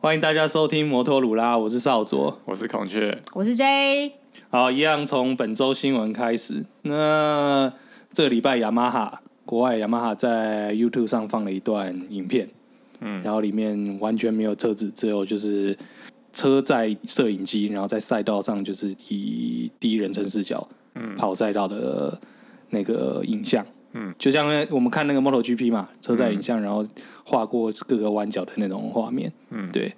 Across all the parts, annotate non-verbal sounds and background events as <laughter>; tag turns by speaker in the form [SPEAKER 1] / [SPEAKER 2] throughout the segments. [SPEAKER 1] 欢迎大家收听摩托鲁拉，我是少佐。
[SPEAKER 2] 我是孔雀，
[SPEAKER 3] 我是 J，
[SPEAKER 1] 好，一样从本周新闻开始。那这个礼拜雅马哈国外雅马哈在 YouTube 上放了一段影片，嗯，然后里面完全没有车子，只有就是车载摄影机，然后在赛道上就是以第一人称视角，嗯，跑赛道的那个影像，嗯，就像那我们看那个 MotoGP 嘛，车载影像，然后划过各个弯角的那种画面，嗯，对，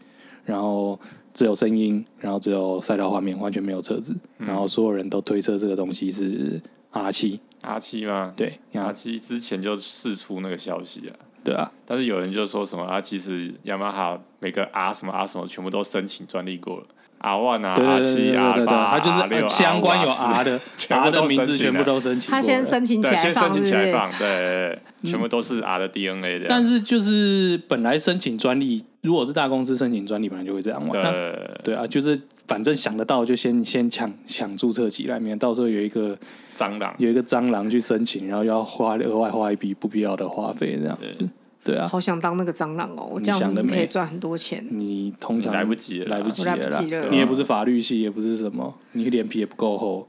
[SPEAKER 1] 然后只有声音，然后只有赛道画面，完全没有车子，
[SPEAKER 2] 嗯
[SPEAKER 1] 然后所有人都推测这个东西是 R 七，
[SPEAKER 2] 阿七吗？
[SPEAKER 1] 对，
[SPEAKER 2] 阿
[SPEAKER 1] 然后
[SPEAKER 2] 七之前就释出那个消息啊，
[SPEAKER 1] 对啊，
[SPEAKER 2] 但是有人就说什么啊，其实雅马哈每个 R 什么 R 什么全部都申请专利过了，R one 啊
[SPEAKER 1] 对
[SPEAKER 2] ，R
[SPEAKER 1] 对对对
[SPEAKER 2] 七、
[SPEAKER 1] 对
[SPEAKER 2] R
[SPEAKER 1] 对对，
[SPEAKER 2] 八、
[SPEAKER 1] 它
[SPEAKER 2] R
[SPEAKER 1] 就是
[SPEAKER 2] 六、啊
[SPEAKER 1] 呃相关有
[SPEAKER 2] R
[SPEAKER 1] R 的
[SPEAKER 2] 全部
[SPEAKER 1] R
[SPEAKER 2] 都
[SPEAKER 1] 的名
[SPEAKER 2] 申
[SPEAKER 1] 字
[SPEAKER 2] 请
[SPEAKER 1] 全部
[SPEAKER 2] 了
[SPEAKER 1] 都申请，
[SPEAKER 3] 他先。申请起
[SPEAKER 2] 对，
[SPEAKER 3] 来
[SPEAKER 2] 先申
[SPEAKER 3] 放，是
[SPEAKER 2] 请
[SPEAKER 3] 不
[SPEAKER 2] 起来
[SPEAKER 3] 是？
[SPEAKER 2] 放，对对，对全部都是 R 的 DNA 的，
[SPEAKER 1] 但是就是本来申请专利，如果是大公司申请专利，本来就会这样嘛。那
[SPEAKER 2] 对
[SPEAKER 1] 对啊，就是反正想得到就先先抢抢注册起来，免得到时候有一个
[SPEAKER 2] 蟑螂，
[SPEAKER 1] 有一个蟑螂去申请，然后要花额外花一笔不必要的花费这样子。对啊，
[SPEAKER 3] 好想当那个蟑螂哦！我
[SPEAKER 1] 你
[SPEAKER 3] 这样是
[SPEAKER 1] 想
[SPEAKER 3] 不
[SPEAKER 1] 得
[SPEAKER 3] 是可以
[SPEAKER 1] 美
[SPEAKER 3] 赚很多钱？
[SPEAKER 1] <laughs> 你通常
[SPEAKER 2] 来不及了啦
[SPEAKER 1] 来不及
[SPEAKER 3] 我来
[SPEAKER 1] 了
[SPEAKER 3] 不
[SPEAKER 1] 啦
[SPEAKER 3] 及了
[SPEAKER 1] 你也不是法律系，也不是什么，你脸皮也不够厚。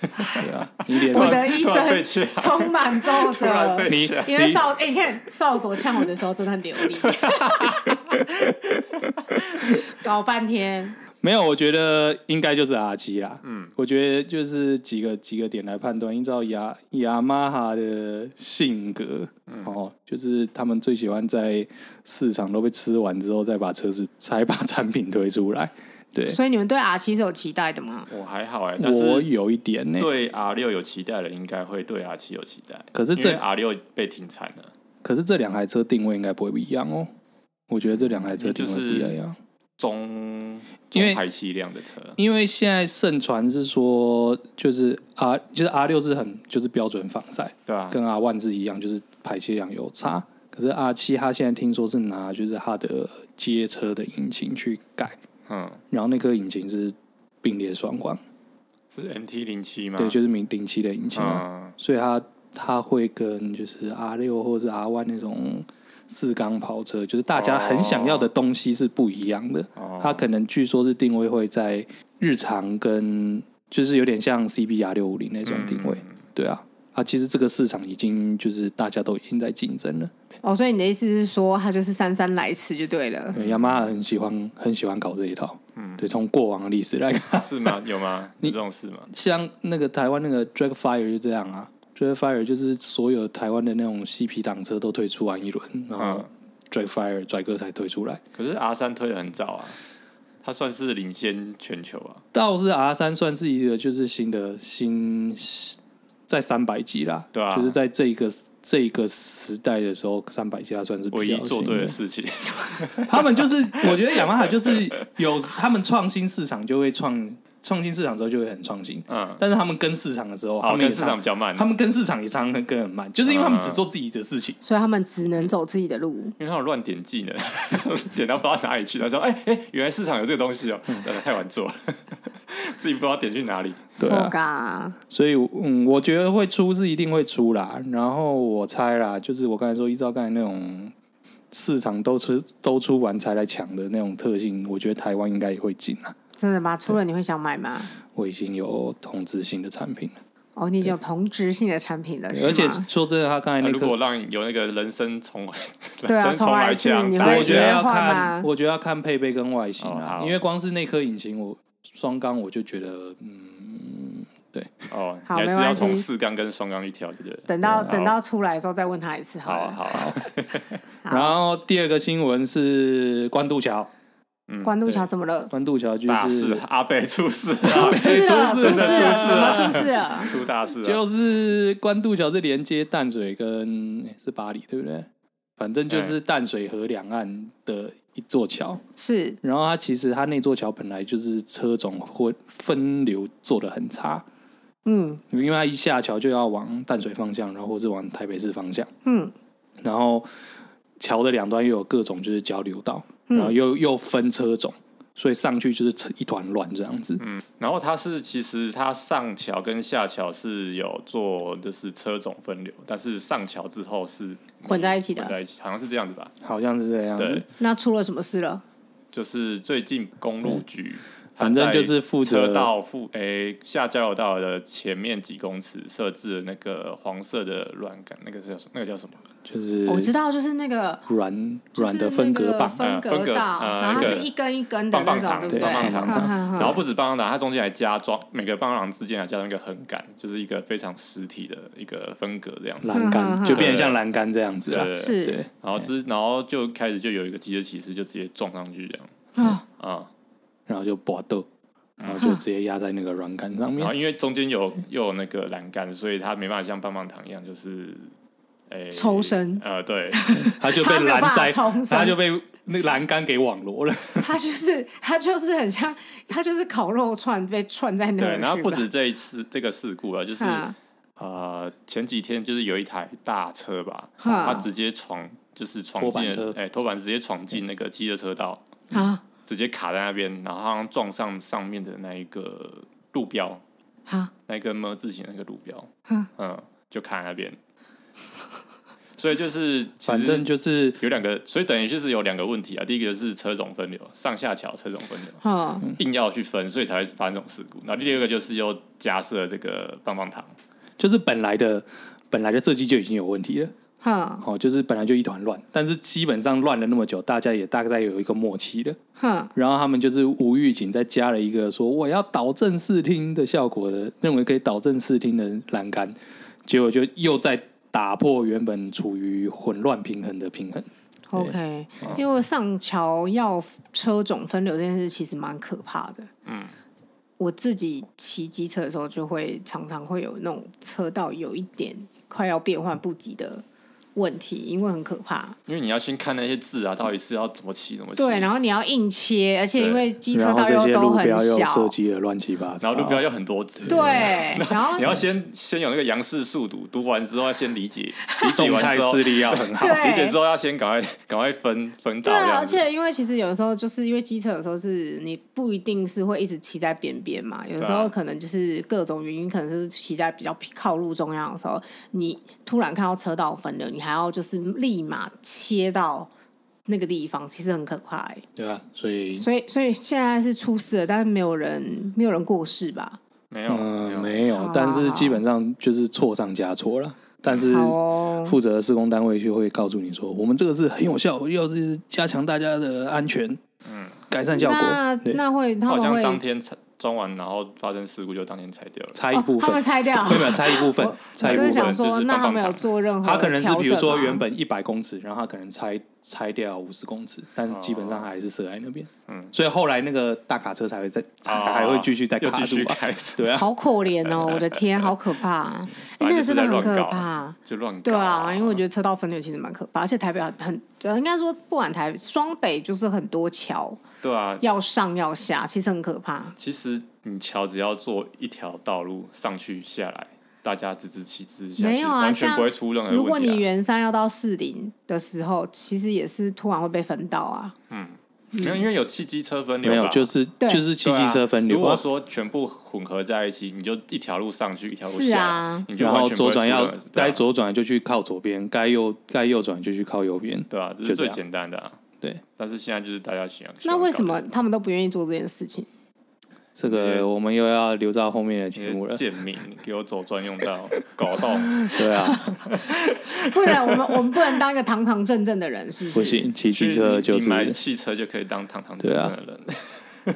[SPEAKER 1] 对啊，你脸皮
[SPEAKER 3] 我的
[SPEAKER 2] <laughs>
[SPEAKER 3] 一
[SPEAKER 2] 突然被
[SPEAKER 3] 生
[SPEAKER 2] 呛
[SPEAKER 3] 充满皱
[SPEAKER 2] 突然被
[SPEAKER 3] 褶。
[SPEAKER 1] 你
[SPEAKER 2] 抢
[SPEAKER 3] 因为少哎、你看少佐呛我的时候真的很流利，搞半天。
[SPEAKER 1] 没有，我觉得应该就是 R 七啦。嗯，我觉得就是几个几个点来判断，依照雅雅马哈的性格，
[SPEAKER 2] 嗯
[SPEAKER 1] 哦，就是他们最喜欢在市场都被吃完之后，再把车子 <laughs> 才把产品推出来。对，
[SPEAKER 3] 所以你们对 R 七是有期待的吗？
[SPEAKER 2] 我还好哎，但
[SPEAKER 1] 我
[SPEAKER 2] 是
[SPEAKER 1] 有一点呢、
[SPEAKER 2] 对 R 六有期待的，应该会对 R 七有期待，
[SPEAKER 1] 可是
[SPEAKER 2] 因为
[SPEAKER 1] 这
[SPEAKER 2] R 六被停产了。
[SPEAKER 1] 可是这两台车定位应该不会一样哦。我觉得这两台车定位不一样，
[SPEAKER 2] 中
[SPEAKER 1] 因为
[SPEAKER 2] 中排气量的车，
[SPEAKER 1] 因为现在盛传是说，就是 R 就是 R 六是很就是标准仿赛，
[SPEAKER 2] 对啊，
[SPEAKER 1] 跟 R 万是一样，就是排气量有差。可是 R 七它现在听说是拿就是它的街车的引擎去改，
[SPEAKER 2] 嗯，
[SPEAKER 1] 然后那颗引擎是并列双缸，
[SPEAKER 2] 是 MT 零七吗？
[SPEAKER 1] 对，就是零零七的引擎啊，
[SPEAKER 2] 嗯，
[SPEAKER 1] 所以它它会跟就是 R 六或是 R 万那种四缸跑车，就是大家很想要的东西是不一样的。
[SPEAKER 2] 哦
[SPEAKER 1] 它可能据说是定位会在日常跟就是有点像 CBR 六五零那种定
[SPEAKER 2] 嗯
[SPEAKER 1] 位，对啊。啊，其实这个市场已经就是大家都已经在竞争了。
[SPEAKER 3] 哦，所以你的意思是说，它就是姗姗来迟就对了。
[SPEAKER 2] 嗯
[SPEAKER 1] 对雅马哈很喜欢很喜欢搞这一套。嗯，对，从过往的历史来看， <laughs>
[SPEAKER 2] 是吗？有吗？有这种事吗？
[SPEAKER 1] 像那个台湾那个 Dragfire 就这样啊，Dragfire 就是所有台湾的那种嬉皮挡车都推出完一轮，然后
[SPEAKER 2] 嗯，
[SPEAKER 1] Dragfire 拽哥才推出来。
[SPEAKER 2] 可是 R 三推的很早啊，它算是领先全球啊。
[SPEAKER 1] 倒是 R 三算是一个就是新的新在三百级啦，
[SPEAKER 2] 对啊
[SPEAKER 1] 就是在这一个这一个时代的时候，三百级它算是比较
[SPEAKER 2] 唯一做对
[SPEAKER 1] 新
[SPEAKER 2] 的
[SPEAKER 1] 的
[SPEAKER 2] 事情，
[SPEAKER 1] 他们就是，我觉得雅马哈就是有他们创新市场就会创创新市场之后就会很创新，
[SPEAKER 2] 嗯，
[SPEAKER 1] 但是他们跟市场的时候，他
[SPEAKER 2] 好，
[SPEAKER 1] 们也
[SPEAKER 2] 跟市
[SPEAKER 1] 常
[SPEAKER 2] 场比较慢，
[SPEAKER 1] 他们跟市场也常常跟很慢，就是因为他们只做自己的事情。
[SPEAKER 3] 所以他们只能走自己的路。
[SPEAKER 2] 因为他们乱点技能， <laughs> 点到不知道哪里去，他说：“哎哎，原来市场有这个东西哦，
[SPEAKER 1] 嗯
[SPEAKER 2] 呃太晚做了， <laughs> 自己不知道点去哪里。
[SPEAKER 1] 对啊
[SPEAKER 3] So ga
[SPEAKER 1] 所以，嗯，我觉得会出是一定会出啦。然后我猜啦，就是我刚才说，依照刚才那种市场都出都出完才来抢的那种特性，我觉得台湾应该也会进啦。
[SPEAKER 3] 真的吗？出了你会想买吗？
[SPEAKER 1] 我已经有同质性的产品了，
[SPEAKER 3] 哦，你已经有同质性的产品了，啊是
[SPEAKER 1] 而且
[SPEAKER 3] 吗
[SPEAKER 1] 说真的，他刚才哎
[SPEAKER 2] 啊”
[SPEAKER 1] 那
[SPEAKER 2] 如
[SPEAKER 1] 颗
[SPEAKER 2] 果让有那个人生重 <laughs>
[SPEAKER 3] 对
[SPEAKER 2] 人生
[SPEAKER 3] 啊
[SPEAKER 2] 重来
[SPEAKER 3] 重来一次
[SPEAKER 2] 枪，
[SPEAKER 3] 你
[SPEAKER 2] 打
[SPEAKER 3] 会
[SPEAKER 2] 一
[SPEAKER 1] 我觉得
[SPEAKER 2] 枪
[SPEAKER 1] 要
[SPEAKER 3] 换
[SPEAKER 1] 看
[SPEAKER 3] 吗，
[SPEAKER 1] 我觉得要看配备跟外形
[SPEAKER 2] 哦
[SPEAKER 1] 啦，
[SPEAKER 2] 好
[SPEAKER 1] 因为光是那颗引擎，我双缸我就觉得，嗯，
[SPEAKER 2] 哦，你
[SPEAKER 3] 好
[SPEAKER 2] 还是
[SPEAKER 3] 没关
[SPEAKER 2] 要从
[SPEAKER 3] 系
[SPEAKER 2] 四缸跟双缸去挑，对不对？
[SPEAKER 3] 等到
[SPEAKER 2] 好
[SPEAKER 3] 等到出来的时候再问他一次好
[SPEAKER 1] 啊
[SPEAKER 2] 好啊
[SPEAKER 3] 了。
[SPEAKER 2] 好好，
[SPEAKER 3] 好
[SPEAKER 1] 然后第二个新闻是关渡桥，
[SPEAKER 2] 嗯
[SPEAKER 3] 关渡桥怎么了？
[SPEAKER 1] 关渡桥就
[SPEAKER 2] 大事啊
[SPEAKER 1] 是，
[SPEAKER 2] 阿贝出 <laughs> 事
[SPEAKER 3] 出
[SPEAKER 2] 了，
[SPEAKER 3] 事了，
[SPEAKER 1] 出
[SPEAKER 3] 出
[SPEAKER 1] 事
[SPEAKER 3] 事
[SPEAKER 1] 了
[SPEAKER 3] 了，
[SPEAKER 2] 出事
[SPEAKER 3] 什
[SPEAKER 2] 了
[SPEAKER 3] 么出事了？
[SPEAKER 2] 出大事啊了。
[SPEAKER 1] 就是关渡桥是连接淡水跟哎诶是巴黎对不对？反正就是淡水河两岸的一座桥，
[SPEAKER 3] 是
[SPEAKER 1] 然后它其实它那座桥本来就是车种或分流做的很差，
[SPEAKER 3] 嗯
[SPEAKER 1] 因为它一下桥就要往淡水方向，然后或是往台北市方向。
[SPEAKER 3] 嗯
[SPEAKER 1] 然后桥的两端又有各种就是交流道，
[SPEAKER 3] 嗯
[SPEAKER 1] 然后又又分车种，所以上去就是车一团乱这样子。
[SPEAKER 2] 然后它是其实它上桥跟下桥是有做就是车种分流，但是上桥之后是
[SPEAKER 3] 混在一起的
[SPEAKER 2] 混在一起，好像是这样子吧？
[SPEAKER 1] 好像是这样子
[SPEAKER 2] 对。
[SPEAKER 3] 那出了什么事了？
[SPEAKER 2] 就是最近公路局，
[SPEAKER 1] 嗯
[SPEAKER 2] 它
[SPEAKER 1] 反正
[SPEAKER 2] 在
[SPEAKER 1] 就是负责
[SPEAKER 2] 车道附诶、下交流道的前面几公尺设置了那个黄色的软杆，那个叫什那个叫什么？
[SPEAKER 1] 就是
[SPEAKER 3] 哦我知道，就是那个
[SPEAKER 1] 软
[SPEAKER 3] 就是
[SPEAKER 1] 软的
[SPEAKER 3] 那
[SPEAKER 1] 分隔
[SPEAKER 3] 个
[SPEAKER 1] 棒，
[SPEAKER 3] 分
[SPEAKER 2] 呃
[SPEAKER 3] 隔
[SPEAKER 2] 分隔
[SPEAKER 3] 道，
[SPEAKER 2] 呃
[SPEAKER 3] 然后它
[SPEAKER 2] 那
[SPEAKER 3] 是
[SPEAKER 2] 个
[SPEAKER 3] 一根一根的
[SPEAKER 2] 棒棒
[SPEAKER 3] 那种，
[SPEAKER 2] 糖，
[SPEAKER 3] 对不对？
[SPEAKER 2] 棒棒糖，
[SPEAKER 1] 棒棒
[SPEAKER 3] 嗯嗯嗯
[SPEAKER 2] 然后不止棒棒糖，它中间还加装每个棒棒糖之间还加上一个横杆，就是一个非常实体的一个分隔这样子。
[SPEAKER 1] 栏
[SPEAKER 3] 嗯嗯
[SPEAKER 1] 杆
[SPEAKER 3] 嗯
[SPEAKER 1] 就变成像栏杆这样子啊
[SPEAKER 2] 对，
[SPEAKER 1] 对
[SPEAKER 3] 是
[SPEAKER 2] 然后之然后就开始就有一个机车骑士就直接撞上去这样
[SPEAKER 3] 啊，
[SPEAKER 2] 啊、
[SPEAKER 1] 然后就搏斗，然后
[SPEAKER 3] 嗯
[SPEAKER 1] 就直接压在那个软杆上
[SPEAKER 2] 然后
[SPEAKER 1] 面，
[SPEAKER 2] 因为中间有又有那个栏杆，所以它没办法像棒棒糖一样就是诶、
[SPEAKER 3] 抽身
[SPEAKER 2] 呃，
[SPEAKER 3] <laughs>
[SPEAKER 2] 对，
[SPEAKER 1] 他就
[SPEAKER 3] 他
[SPEAKER 1] 被
[SPEAKER 3] 没有
[SPEAKER 1] 拦
[SPEAKER 3] 办法
[SPEAKER 1] 在，
[SPEAKER 3] 重
[SPEAKER 1] 他就
[SPEAKER 3] 生，
[SPEAKER 1] 被那个栏杆给网罗了。
[SPEAKER 3] 他就是他就是很像他就是烤肉串被串在那
[SPEAKER 2] 对，
[SPEAKER 3] 儿，
[SPEAKER 2] 然后
[SPEAKER 3] 是
[SPEAKER 2] 不
[SPEAKER 3] 吧
[SPEAKER 2] 止这一次这个事故啊，就是
[SPEAKER 3] 哈
[SPEAKER 2] 呃前几天就是有一台大车吧，
[SPEAKER 3] 哈
[SPEAKER 2] 它直接闯就是闯进
[SPEAKER 1] 拖板车
[SPEAKER 2] 哎拖板直接闯进那个机车车道，
[SPEAKER 3] 啊
[SPEAKER 2] 直接卡在那边，然后好像撞上上面的那一个路标，
[SPEAKER 3] 哈
[SPEAKER 2] 那一个么字形的那个路标，
[SPEAKER 3] 哈
[SPEAKER 2] 嗯，就卡在那边。所以就是，
[SPEAKER 1] 反正就是
[SPEAKER 2] 有两个，所以等于就是有两个问题啊。第一个就是车种分流，上下桥车种分流，
[SPEAKER 3] 哈
[SPEAKER 1] 嗯
[SPEAKER 2] 硬要去分，所以才会发生这种事故。然后第二个就是又加设这个棒棒糖，
[SPEAKER 1] 就是本来的本来的设计就已经有问题了，
[SPEAKER 3] 哈
[SPEAKER 1] 哦，就是本来就一团乱，但是基本上乱了那么久，大家也大概有一个默契了。
[SPEAKER 3] 哈
[SPEAKER 1] 然后他们就是无预警再加了一个说我要导正视听的效果的，认为可以导正视听的栏杆，结果就又在打破原本处于混乱平衡的平衡。
[SPEAKER 3] OK，因
[SPEAKER 1] 嗯
[SPEAKER 3] 为上桥要车种分流这件事其实蛮可怕的。嗯，我自己骑机车的时候，就会常常会有那种车道有一点快要变换不及的问题，因为很可怕。
[SPEAKER 2] 因为你要先看那些字啊，到底是要怎么骑，怎么骑。
[SPEAKER 3] 对，然后你要硬切，而且因为机车
[SPEAKER 1] <laughs> 然后
[SPEAKER 3] 道
[SPEAKER 1] 这些
[SPEAKER 3] 又都
[SPEAKER 1] 路
[SPEAKER 3] 很
[SPEAKER 1] 标又设
[SPEAKER 3] 小，
[SPEAKER 1] 计的乱七八糟，
[SPEAKER 2] 然后路标又很多字，
[SPEAKER 1] <laughs>
[SPEAKER 3] 对，然后
[SPEAKER 2] 你要先先有那个杨氏速读，读完之后要先理解，理解
[SPEAKER 1] 动
[SPEAKER 2] 完
[SPEAKER 1] 态
[SPEAKER 2] 之后，
[SPEAKER 1] 视
[SPEAKER 2] 理
[SPEAKER 1] 力要很好。
[SPEAKER 3] 对
[SPEAKER 2] 解之后要先赶快赶快分分道
[SPEAKER 3] 对
[SPEAKER 2] 这
[SPEAKER 3] 啊，
[SPEAKER 2] 样
[SPEAKER 3] 而
[SPEAKER 2] 子。
[SPEAKER 3] 且因为其实有时候就是因为机车，有时候是你不一定是会一直骑在边边嘛，有时
[SPEAKER 2] 对
[SPEAKER 3] 候
[SPEAKER 2] 啊
[SPEAKER 3] 可能就是各种原因，可能是骑在比较靠路中央的时候，你突然看到车道分流，你还要就是立马切到。那个地方其实很可怕、欸，
[SPEAKER 1] 对吧？所以
[SPEAKER 3] 所以所以现在是出事了，但是没有人没有人过世吧？
[SPEAKER 2] 没有，
[SPEAKER 1] 嗯、
[SPEAKER 2] 没有，
[SPEAKER 1] 没
[SPEAKER 3] 好
[SPEAKER 1] 有
[SPEAKER 3] 啊，
[SPEAKER 1] 但是基本上就是错上加错了。但是
[SPEAKER 3] 好哦，
[SPEAKER 1] 负责的施工单位就会告诉你说，我们这个是很有效，要是加强大家的安全，嗯，改善效果，
[SPEAKER 3] 那
[SPEAKER 1] 对，
[SPEAKER 3] 那会
[SPEAKER 2] 他
[SPEAKER 3] 他
[SPEAKER 2] 好
[SPEAKER 3] 们
[SPEAKER 2] 像
[SPEAKER 3] 会
[SPEAKER 2] 当天拆装完，然后发生事故就当天拆掉了。
[SPEAKER 1] 拆一
[SPEAKER 3] 哦
[SPEAKER 1] 部
[SPEAKER 3] 他
[SPEAKER 1] 分，
[SPEAKER 3] 们拆掉，
[SPEAKER 1] 没有没有拆一部分
[SPEAKER 3] <laughs> 我，
[SPEAKER 1] <laughs> 拆
[SPEAKER 3] 我
[SPEAKER 1] 一
[SPEAKER 3] 真
[SPEAKER 1] 部分
[SPEAKER 3] 的
[SPEAKER 2] 就
[SPEAKER 3] 想。说，
[SPEAKER 2] 是
[SPEAKER 3] 那他
[SPEAKER 2] 棒棒
[SPEAKER 3] 们有
[SPEAKER 2] 糖
[SPEAKER 3] 做任何
[SPEAKER 1] 它可能是
[SPEAKER 3] 调
[SPEAKER 1] 比如
[SPEAKER 3] 整啊
[SPEAKER 1] 说
[SPEAKER 3] 吗
[SPEAKER 1] 原本一百公尺，然后它可能拆拆掉五十公尺，
[SPEAKER 2] 哦
[SPEAKER 1] 但基本上还是设在那边。嗯，所以后来那个大卡车才会在，
[SPEAKER 2] 啊
[SPEAKER 1] 还会继续再
[SPEAKER 2] 又
[SPEAKER 1] 卡
[SPEAKER 2] 继
[SPEAKER 1] 住
[SPEAKER 2] 续
[SPEAKER 1] 啊。
[SPEAKER 2] 开
[SPEAKER 3] <laughs>
[SPEAKER 1] <laughs>
[SPEAKER 2] 始，
[SPEAKER 1] 对啊，
[SPEAKER 3] 好可怜哦！我的天，好可怕、啊！哎、那个真的很
[SPEAKER 1] 啊
[SPEAKER 3] 可怕。
[SPEAKER 2] <laughs> 就乱搞。
[SPEAKER 3] 对啊，因为我觉得车道分流其实蛮可怕，而且台北很，呃应该说不管台双北就是很多桥
[SPEAKER 2] 对啊，
[SPEAKER 3] 要上要下，其实很可怕。
[SPEAKER 2] 其实你桥只要做一条道路上去下来，大家自治骑自治下去，
[SPEAKER 3] 没有啊
[SPEAKER 2] 完全
[SPEAKER 3] 像
[SPEAKER 2] 不会出任何问题、啊。
[SPEAKER 3] 如果你圆山要到士林的时候，其实也是突然会被分道啊。
[SPEAKER 2] 没有，因为有汽机车分流
[SPEAKER 1] 没
[SPEAKER 2] 吧，
[SPEAKER 1] 有，就是
[SPEAKER 3] 对
[SPEAKER 1] 就是汽
[SPEAKER 2] 对啊
[SPEAKER 1] 机车分
[SPEAKER 2] 如
[SPEAKER 1] 流
[SPEAKER 2] 果
[SPEAKER 1] 啊，
[SPEAKER 2] 说全部混合在一起，你就一条路上去，一条路
[SPEAKER 3] 是
[SPEAKER 2] 下来，
[SPEAKER 3] 啊
[SPEAKER 2] 你就
[SPEAKER 1] 然
[SPEAKER 2] 完
[SPEAKER 1] 后
[SPEAKER 2] 全不会
[SPEAKER 1] 左转
[SPEAKER 2] 出任
[SPEAKER 1] 要
[SPEAKER 2] 何事对啊
[SPEAKER 1] 该左转就去靠左边，该右该右转就去靠右边。
[SPEAKER 2] 对啊，这是
[SPEAKER 1] 就这
[SPEAKER 2] 最
[SPEAKER 1] 样
[SPEAKER 2] 简单的、啊。
[SPEAKER 1] 对，
[SPEAKER 2] 但是现在就是大家想，
[SPEAKER 3] 那为什么他们都不愿意做这件事情？ <laughs>
[SPEAKER 1] 这
[SPEAKER 2] 对
[SPEAKER 1] 个我们又要留到后面的节目了
[SPEAKER 2] 想。贱民给我左转用道， <laughs> 搞到
[SPEAKER 1] 对
[SPEAKER 2] <laughs>
[SPEAKER 1] 啊，
[SPEAKER 3] 不能，啊我们我们不能当一个堂堂正正的人，是不是？
[SPEAKER 1] 不行，骑机车就
[SPEAKER 2] 你买
[SPEAKER 1] 是啊
[SPEAKER 2] 汽车就可以当堂堂正正的人，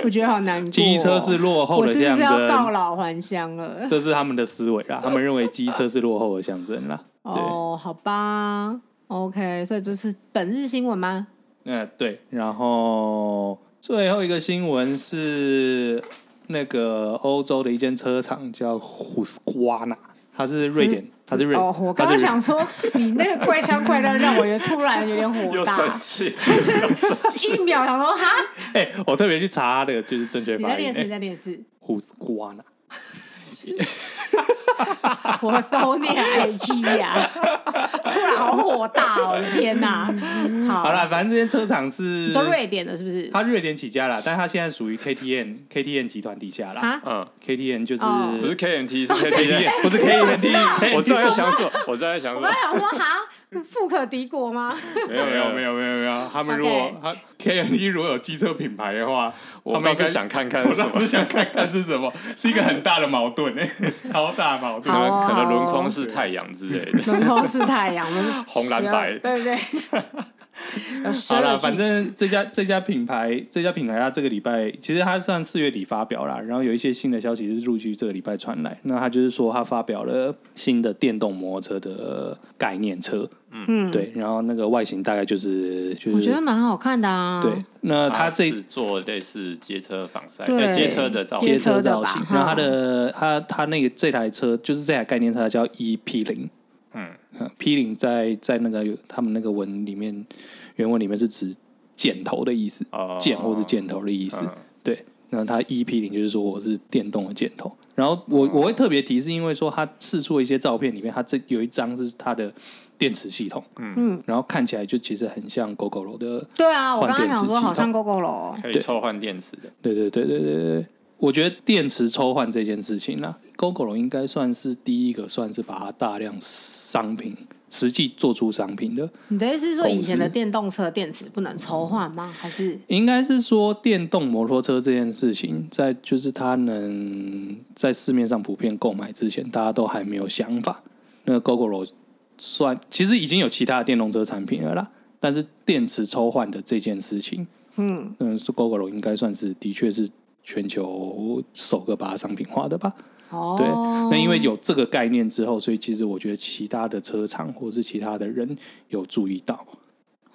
[SPEAKER 1] <laughs>
[SPEAKER 3] 我觉得好难过、哦。
[SPEAKER 1] 机车是落后
[SPEAKER 3] 我
[SPEAKER 1] 的
[SPEAKER 3] 是不
[SPEAKER 1] 象
[SPEAKER 3] 是要告
[SPEAKER 1] 征，
[SPEAKER 3] 老还乡 <laughs> 了？
[SPEAKER 1] 这是他们的思维
[SPEAKER 3] <laughs>
[SPEAKER 1] 啦。他们认为机车是落后的象征啦。
[SPEAKER 3] 哦，好吧，OK，所以这是本日新闻吗？
[SPEAKER 1] 嗯，对。然后最后一个新闻是那个欧洲的一间车厂叫虎斯瓜纳，它是瑞典，它是瑞，
[SPEAKER 3] 哦，我刚
[SPEAKER 1] 它
[SPEAKER 3] 刚
[SPEAKER 1] 是瑞
[SPEAKER 3] 想说，你那个怪腔怪调让我有突然有点火
[SPEAKER 2] 又生
[SPEAKER 1] <laughs>
[SPEAKER 3] 大，
[SPEAKER 2] 气。
[SPEAKER 3] 一秒想说哈，
[SPEAKER 1] 哎、我特别去查它的就是正确
[SPEAKER 3] 你
[SPEAKER 1] 发
[SPEAKER 3] 再
[SPEAKER 1] 音哎
[SPEAKER 3] 练，次，你再练次，
[SPEAKER 1] 虎斯瓜纳。
[SPEAKER 3] 我都念 IG
[SPEAKER 1] <laughs>
[SPEAKER 3] 呀、啊突然好火大哦，我的天哪！好，
[SPEAKER 1] 好啦，反正这间车厂是
[SPEAKER 3] 你说瑞典的是不是？
[SPEAKER 1] 它瑞典起家啦，但它现在属于 KTM KTM 集团底下啦。
[SPEAKER 3] 啊，
[SPEAKER 2] 嗯，
[SPEAKER 1] KTM 就是、
[SPEAKER 3] 哦
[SPEAKER 2] 不是 KMT，是
[SPEAKER 3] 这个 <laughs>
[SPEAKER 2] KTM。
[SPEAKER 1] 不是 KTM，
[SPEAKER 2] 我正在想说，我正在想
[SPEAKER 3] 我
[SPEAKER 2] 说
[SPEAKER 3] 刚，想说哈，富可敌国吗？ <laughs>
[SPEAKER 2] 没有没有没有，
[SPEAKER 4] 有没有没有，他们如果
[SPEAKER 3] OK
[SPEAKER 4] 他 K N E 如果有机车品牌的话，
[SPEAKER 2] 我
[SPEAKER 4] 他们
[SPEAKER 2] 倒
[SPEAKER 4] 应该
[SPEAKER 2] 是想看
[SPEAKER 4] <laughs>
[SPEAKER 2] 看
[SPEAKER 4] 我
[SPEAKER 2] 是什
[SPEAKER 4] 倒
[SPEAKER 2] 么
[SPEAKER 4] 是，想看看是什么，是一个很大的矛盾 <laughs> 哎、超大矛盾啊
[SPEAKER 2] 可。
[SPEAKER 3] 好
[SPEAKER 2] 能
[SPEAKER 3] 哦
[SPEAKER 2] 可能
[SPEAKER 3] 好哦
[SPEAKER 2] 轮框是太阳之类的。
[SPEAKER 3] 轮廓是太阳，我们
[SPEAKER 2] 红蓝白
[SPEAKER 3] 12对不对？有十
[SPEAKER 1] 好
[SPEAKER 3] 二
[SPEAKER 1] 了，
[SPEAKER 3] 句
[SPEAKER 1] 反正这家这家品牌，这家品牌它这个礼拜其实它算四月底发表啦，然后有一些新的消息是陆续这个礼拜传来。那它就是说它发表了新的电动摩托车的概念车，
[SPEAKER 3] 嗯，
[SPEAKER 1] 对，然后那个外形大概就是就是
[SPEAKER 3] 我觉得蛮好看的啊。
[SPEAKER 1] 对，那它这
[SPEAKER 2] 是做类似街车防晒，
[SPEAKER 3] 对
[SPEAKER 2] 呃街车的造
[SPEAKER 1] 街
[SPEAKER 2] 型
[SPEAKER 3] 街，
[SPEAKER 1] 车
[SPEAKER 3] 车的
[SPEAKER 1] 造
[SPEAKER 3] 吧
[SPEAKER 1] 型，
[SPEAKER 3] 哈
[SPEAKER 1] 然后它的它它那个这台车就是这台概念车叫 EP 零，
[SPEAKER 2] 嗯
[SPEAKER 1] ，P 零在在那个他们那个文里面原文里面是指箭头的意思，
[SPEAKER 2] 哦
[SPEAKER 1] 箭或是箭头的意思，
[SPEAKER 2] 嗯
[SPEAKER 1] 对。然后它 EP 零就是说我是电动的箭头，然后
[SPEAKER 2] 哦
[SPEAKER 1] 我我会特别提是因为说它试出了一些照片里面，它这有一张是它的电池系统，
[SPEAKER 3] 嗯，
[SPEAKER 1] 然后看起来就其实很像 GoGo 的
[SPEAKER 3] 对啊，我
[SPEAKER 1] 换
[SPEAKER 3] 刚刚
[SPEAKER 1] 电哦
[SPEAKER 3] 想
[SPEAKER 1] 池
[SPEAKER 3] 说
[SPEAKER 1] 系
[SPEAKER 3] 好像
[SPEAKER 1] 统
[SPEAKER 3] GoGo 楼，
[SPEAKER 2] 可以
[SPEAKER 1] 对
[SPEAKER 2] 抽换电池的，
[SPEAKER 1] 对对对对对对，我觉得电池抽换这件事情啦，GoGo 应该算是第一个，算是把它大量商品实际做出商品的。
[SPEAKER 3] 你的意思是说
[SPEAKER 1] 公司
[SPEAKER 3] 以前的电动车电池不能抽换吗？还是
[SPEAKER 1] 应该是说电动摩托车这件事情，在就是它能在市面上普遍购买之前，大家都还没有想法。那 GoGo 算其实已经有其他的电动车产品了啦，但是电池抽换的这件事情，
[SPEAKER 3] 嗯
[SPEAKER 1] 嗯，GoGo 应该算是的确是全球首个把它商品化的吧。
[SPEAKER 3] 哦？
[SPEAKER 1] 对，那因为有这个概念之后，所以其实我觉得其他的车厂或是其他的人有注意到，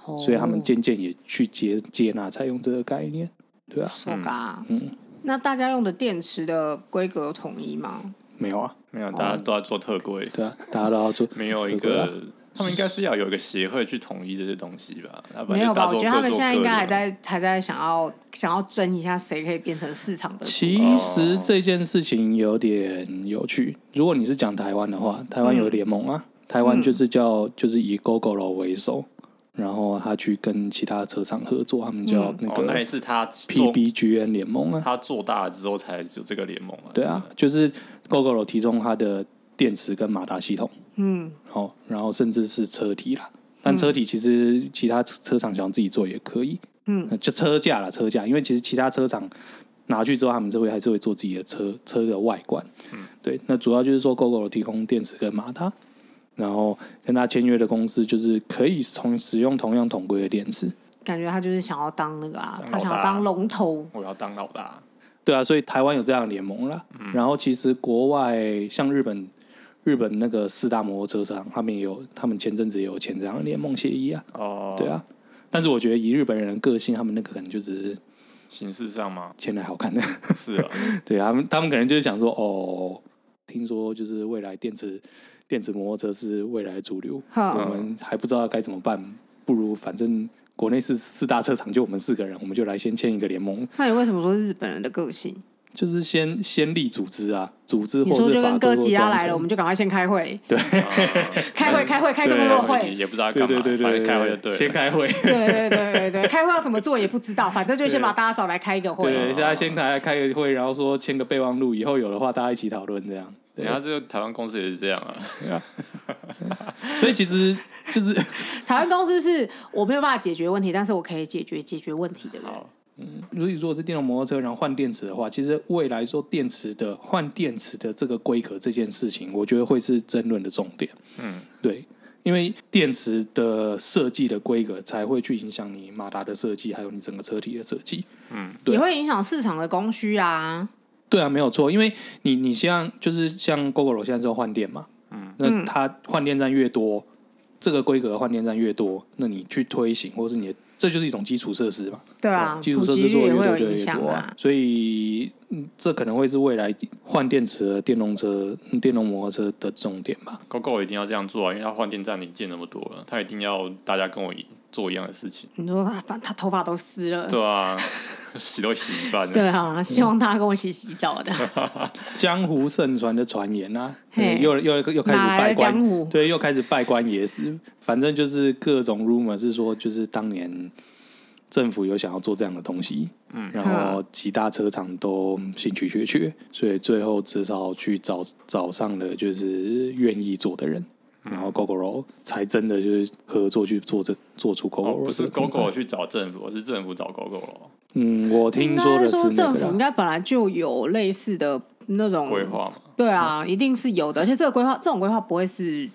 [SPEAKER 3] 哦，
[SPEAKER 1] 所以他们渐渐也去接接纳采用这个概念，对啊，
[SPEAKER 3] 哦手嘎。嗯
[SPEAKER 1] 嗯
[SPEAKER 3] 那大家用的电池的规格有统一吗？
[SPEAKER 1] 没有啊，
[SPEAKER 2] 没有，
[SPEAKER 4] 哦
[SPEAKER 2] 大家都要做特规，
[SPEAKER 1] 对啊，大家都要做，
[SPEAKER 2] 没有一
[SPEAKER 1] 对啊
[SPEAKER 2] 个，他们应该是要有一个协会去统一这些东西吧？要不
[SPEAKER 3] 没
[SPEAKER 2] 然
[SPEAKER 3] 有
[SPEAKER 2] 就大
[SPEAKER 3] 吧？
[SPEAKER 2] 家做
[SPEAKER 3] 我觉得他们现在应该还
[SPEAKER 2] 各做各的
[SPEAKER 3] 在还在想要想要争一下谁可以变成市场的。
[SPEAKER 1] 其实这件事情有点有趣。如果你是讲台湾的话，台湾有联盟啊，台湾就是叫就是以 GoGo 为首，然后他去跟其他车厂合作，他们叫那
[SPEAKER 2] 哦，那也
[SPEAKER 1] 个
[SPEAKER 2] 是他做
[SPEAKER 1] PBGN 联盟啊。
[SPEAKER 2] 他做大了之后才有这个联盟嘛？
[SPEAKER 1] 对啊，就是 GoGo 提供它的电池跟马达系统，
[SPEAKER 3] 嗯，
[SPEAKER 1] 好、然后甚至是车体啦。但车体其实其他车厂想自己做也可以，
[SPEAKER 3] 嗯
[SPEAKER 1] 呃，就车架啦，车架，因为其实其他车厂拿去之后，他们这会还是会做自己的车车的外观，嗯，对。那主要就是说 GoGo 提供电池跟马达，然后跟他签约的公司就是可以从使用同样统规的电池，
[SPEAKER 3] 感觉他就是想要当那个啊，
[SPEAKER 2] 当老大
[SPEAKER 3] 他想要当龙头。
[SPEAKER 2] 我要当老大，
[SPEAKER 1] 对啊，所以台湾有这样的联盟啦。然后其实国外像日本，日本那个四大摩托车厂，他们也有，他们前阵子也有签这样的联盟协议啊。
[SPEAKER 2] 哦，
[SPEAKER 1] 对，啊，但是我觉得以日本人的个性，他们那个可能就只是
[SPEAKER 2] 形式上吗？
[SPEAKER 1] 签来好看的。 <laughs>
[SPEAKER 2] 是啊，
[SPEAKER 1] 对啊，他们他们可能就是想说，哦，听说就是未来电池电池摩托车是未来的主流，我
[SPEAKER 3] 哈，
[SPEAKER 1] 们还不知道该怎么办，不如反正国内是四大车厂，就我们四个人，我们就来先签一个联盟，
[SPEAKER 3] 那你为什么说日本人的个性？
[SPEAKER 1] 就是先先立组织啊，组织
[SPEAKER 3] 你
[SPEAKER 1] 或
[SPEAKER 3] 说
[SPEAKER 1] 是
[SPEAKER 3] 就
[SPEAKER 1] 法
[SPEAKER 3] 跟
[SPEAKER 1] 规
[SPEAKER 3] 哥
[SPEAKER 1] 或
[SPEAKER 3] 吉拉
[SPEAKER 1] 章
[SPEAKER 3] 来
[SPEAKER 1] 程
[SPEAKER 3] 了，我们就赶快先开会，
[SPEAKER 2] 嗯
[SPEAKER 3] <laughs> 开会，开会，开个
[SPEAKER 1] 对
[SPEAKER 3] 工作
[SPEAKER 2] 也
[SPEAKER 3] 会。
[SPEAKER 2] 啊也不知道要
[SPEAKER 1] 对
[SPEAKER 2] 干
[SPEAKER 1] 对
[SPEAKER 2] 嘛，
[SPEAKER 1] 对
[SPEAKER 2] 反
[SPEAKER 1] 对，
[SPEAKER 2] 正开会就对了，
[SPEAKER 1] 先开
[SPEAKER 3] <laughs>
[SPEAKER 1] 会。
[SPEAKER 3] 对对对对对，开会要怎么做也不知道，反正就先把大家找来开一个
[SPEAKER 1] 对，
[SPEAKER 3] 会。啊
[SPEAKER 1] 现在先开开个会，然后说签个备忘录，以后有的话大家一起讨论这样。对
[SPEAKER 2] 然后这个台湾公司也是这样啊，
[SPEAKER 1] 所以其实就是 <laughs>
[SPEAKER 3] 台湾公司是我没有办法解决问题，但是我可以解决解决问题的人。
[SPEAKER 2] 好，
[SPEAKER 1] 如果如果是电动摩托车，然后换电池的话，其实未来说电池的换电池的这个规格这件事情，我觉得会是争论的重点。
[SPEAKER 2] 嗯，
[SPEAKER 1] 对，因为电池的设计的规格才会去影响你马达的设计，还有你整个车体的设计。对
[SPEAKER 3] 也会影响市场的供需啊。
[SPEAKER 1] 对啊，没有错，因为你你像就是像 GoGo 现在是要换电嘛，嗯，那它换电站越多，这个规格的换电站越多，那你去推行或是你的这就是一种基础设施嘛，
[SPEAKER 3] 对啊，
[SPEAKER 1] 基
[SPEAKER 3] 普
[SPEAKER 1] 础设施
[SPEAKER 3] 及
[SPEAKER 1] 做
[SPEAKER 3] 率
[SPEAKER 1] 得
[SPEAKER 3] 也
[SPEAKER 1] 越
[SPEAKER 3] 会
[SPEAKER 1] 多
[SPEAKER 3] 有
[SPEAKER 1] 就越
[SPEAKER 3] 影响
[SPEAKER 1] 多啊
[SPEAKER 3] 啊，。
[SPEAKER 1] 所以嗯这可能会是未来换电池的电动车、嗯电动摩托车的重点吧。
[SPEAKER 2] GoGo 一定要这样做啊，因为他换电站已经建那么多了，他一定要大家跟我一做一样的事情，
[SPEAKER 3] 你说他反他头发都湿了，
[SPEAKER 1] 嗯
[SPEAKER 2] 对啊，洗都洗一
[SPEAKER 1] <laughs>
[SPEAKER 2] 半了，
[SPEAKER 3] 对啊，希望大家跟我一起洗澡的。
[SPEAKER 1] 江湖盛传的传言啊，
[SPEAKER 3] 嘿
[SPEAKER 1] 对又又又 <laughs> 开始
[SPEAKER 3] 哪来
[SPEAKER 1] 拜
[SPEAKER 3] 的江
[SPEAKER 1] 官
[SPEAKER 3] 湖，
[SPEAKER 1] 对，又开始拜官野史。反正就是各种 rumor 是说，就是当年政府有想要做这样的东西，嗯，然后几大车厂都兴趣缺缺，所以最后只好去找找上了就是愿意做的人。然
[SPEAKER 2] 嗯
[SPEAKER 1] 后 GoGoRo 才真的就是合作去做这做出 GoGoRo，、
[SPEAKER 2] 哦，不是 GoGo 去找政府，是政府找 GoGo 了
[SPEAKER 1] 嗯，我听说的是
[SPEAKER 3] 应该
[SPEAKER 1] 那
[SPEAKER 3] 政
[SPEAKER 1] 个
[SPEAKER 3] 府应
[SPEAKER 1] 啦，
[SPEAKER 3] 该本来就有类似的那种
[SPEAKER 1] 嗯
[SPEAKER 2] 规划嘛。
[SPEAKER 3] 对啊，一定是有的，而且这个规划，这种规划不会是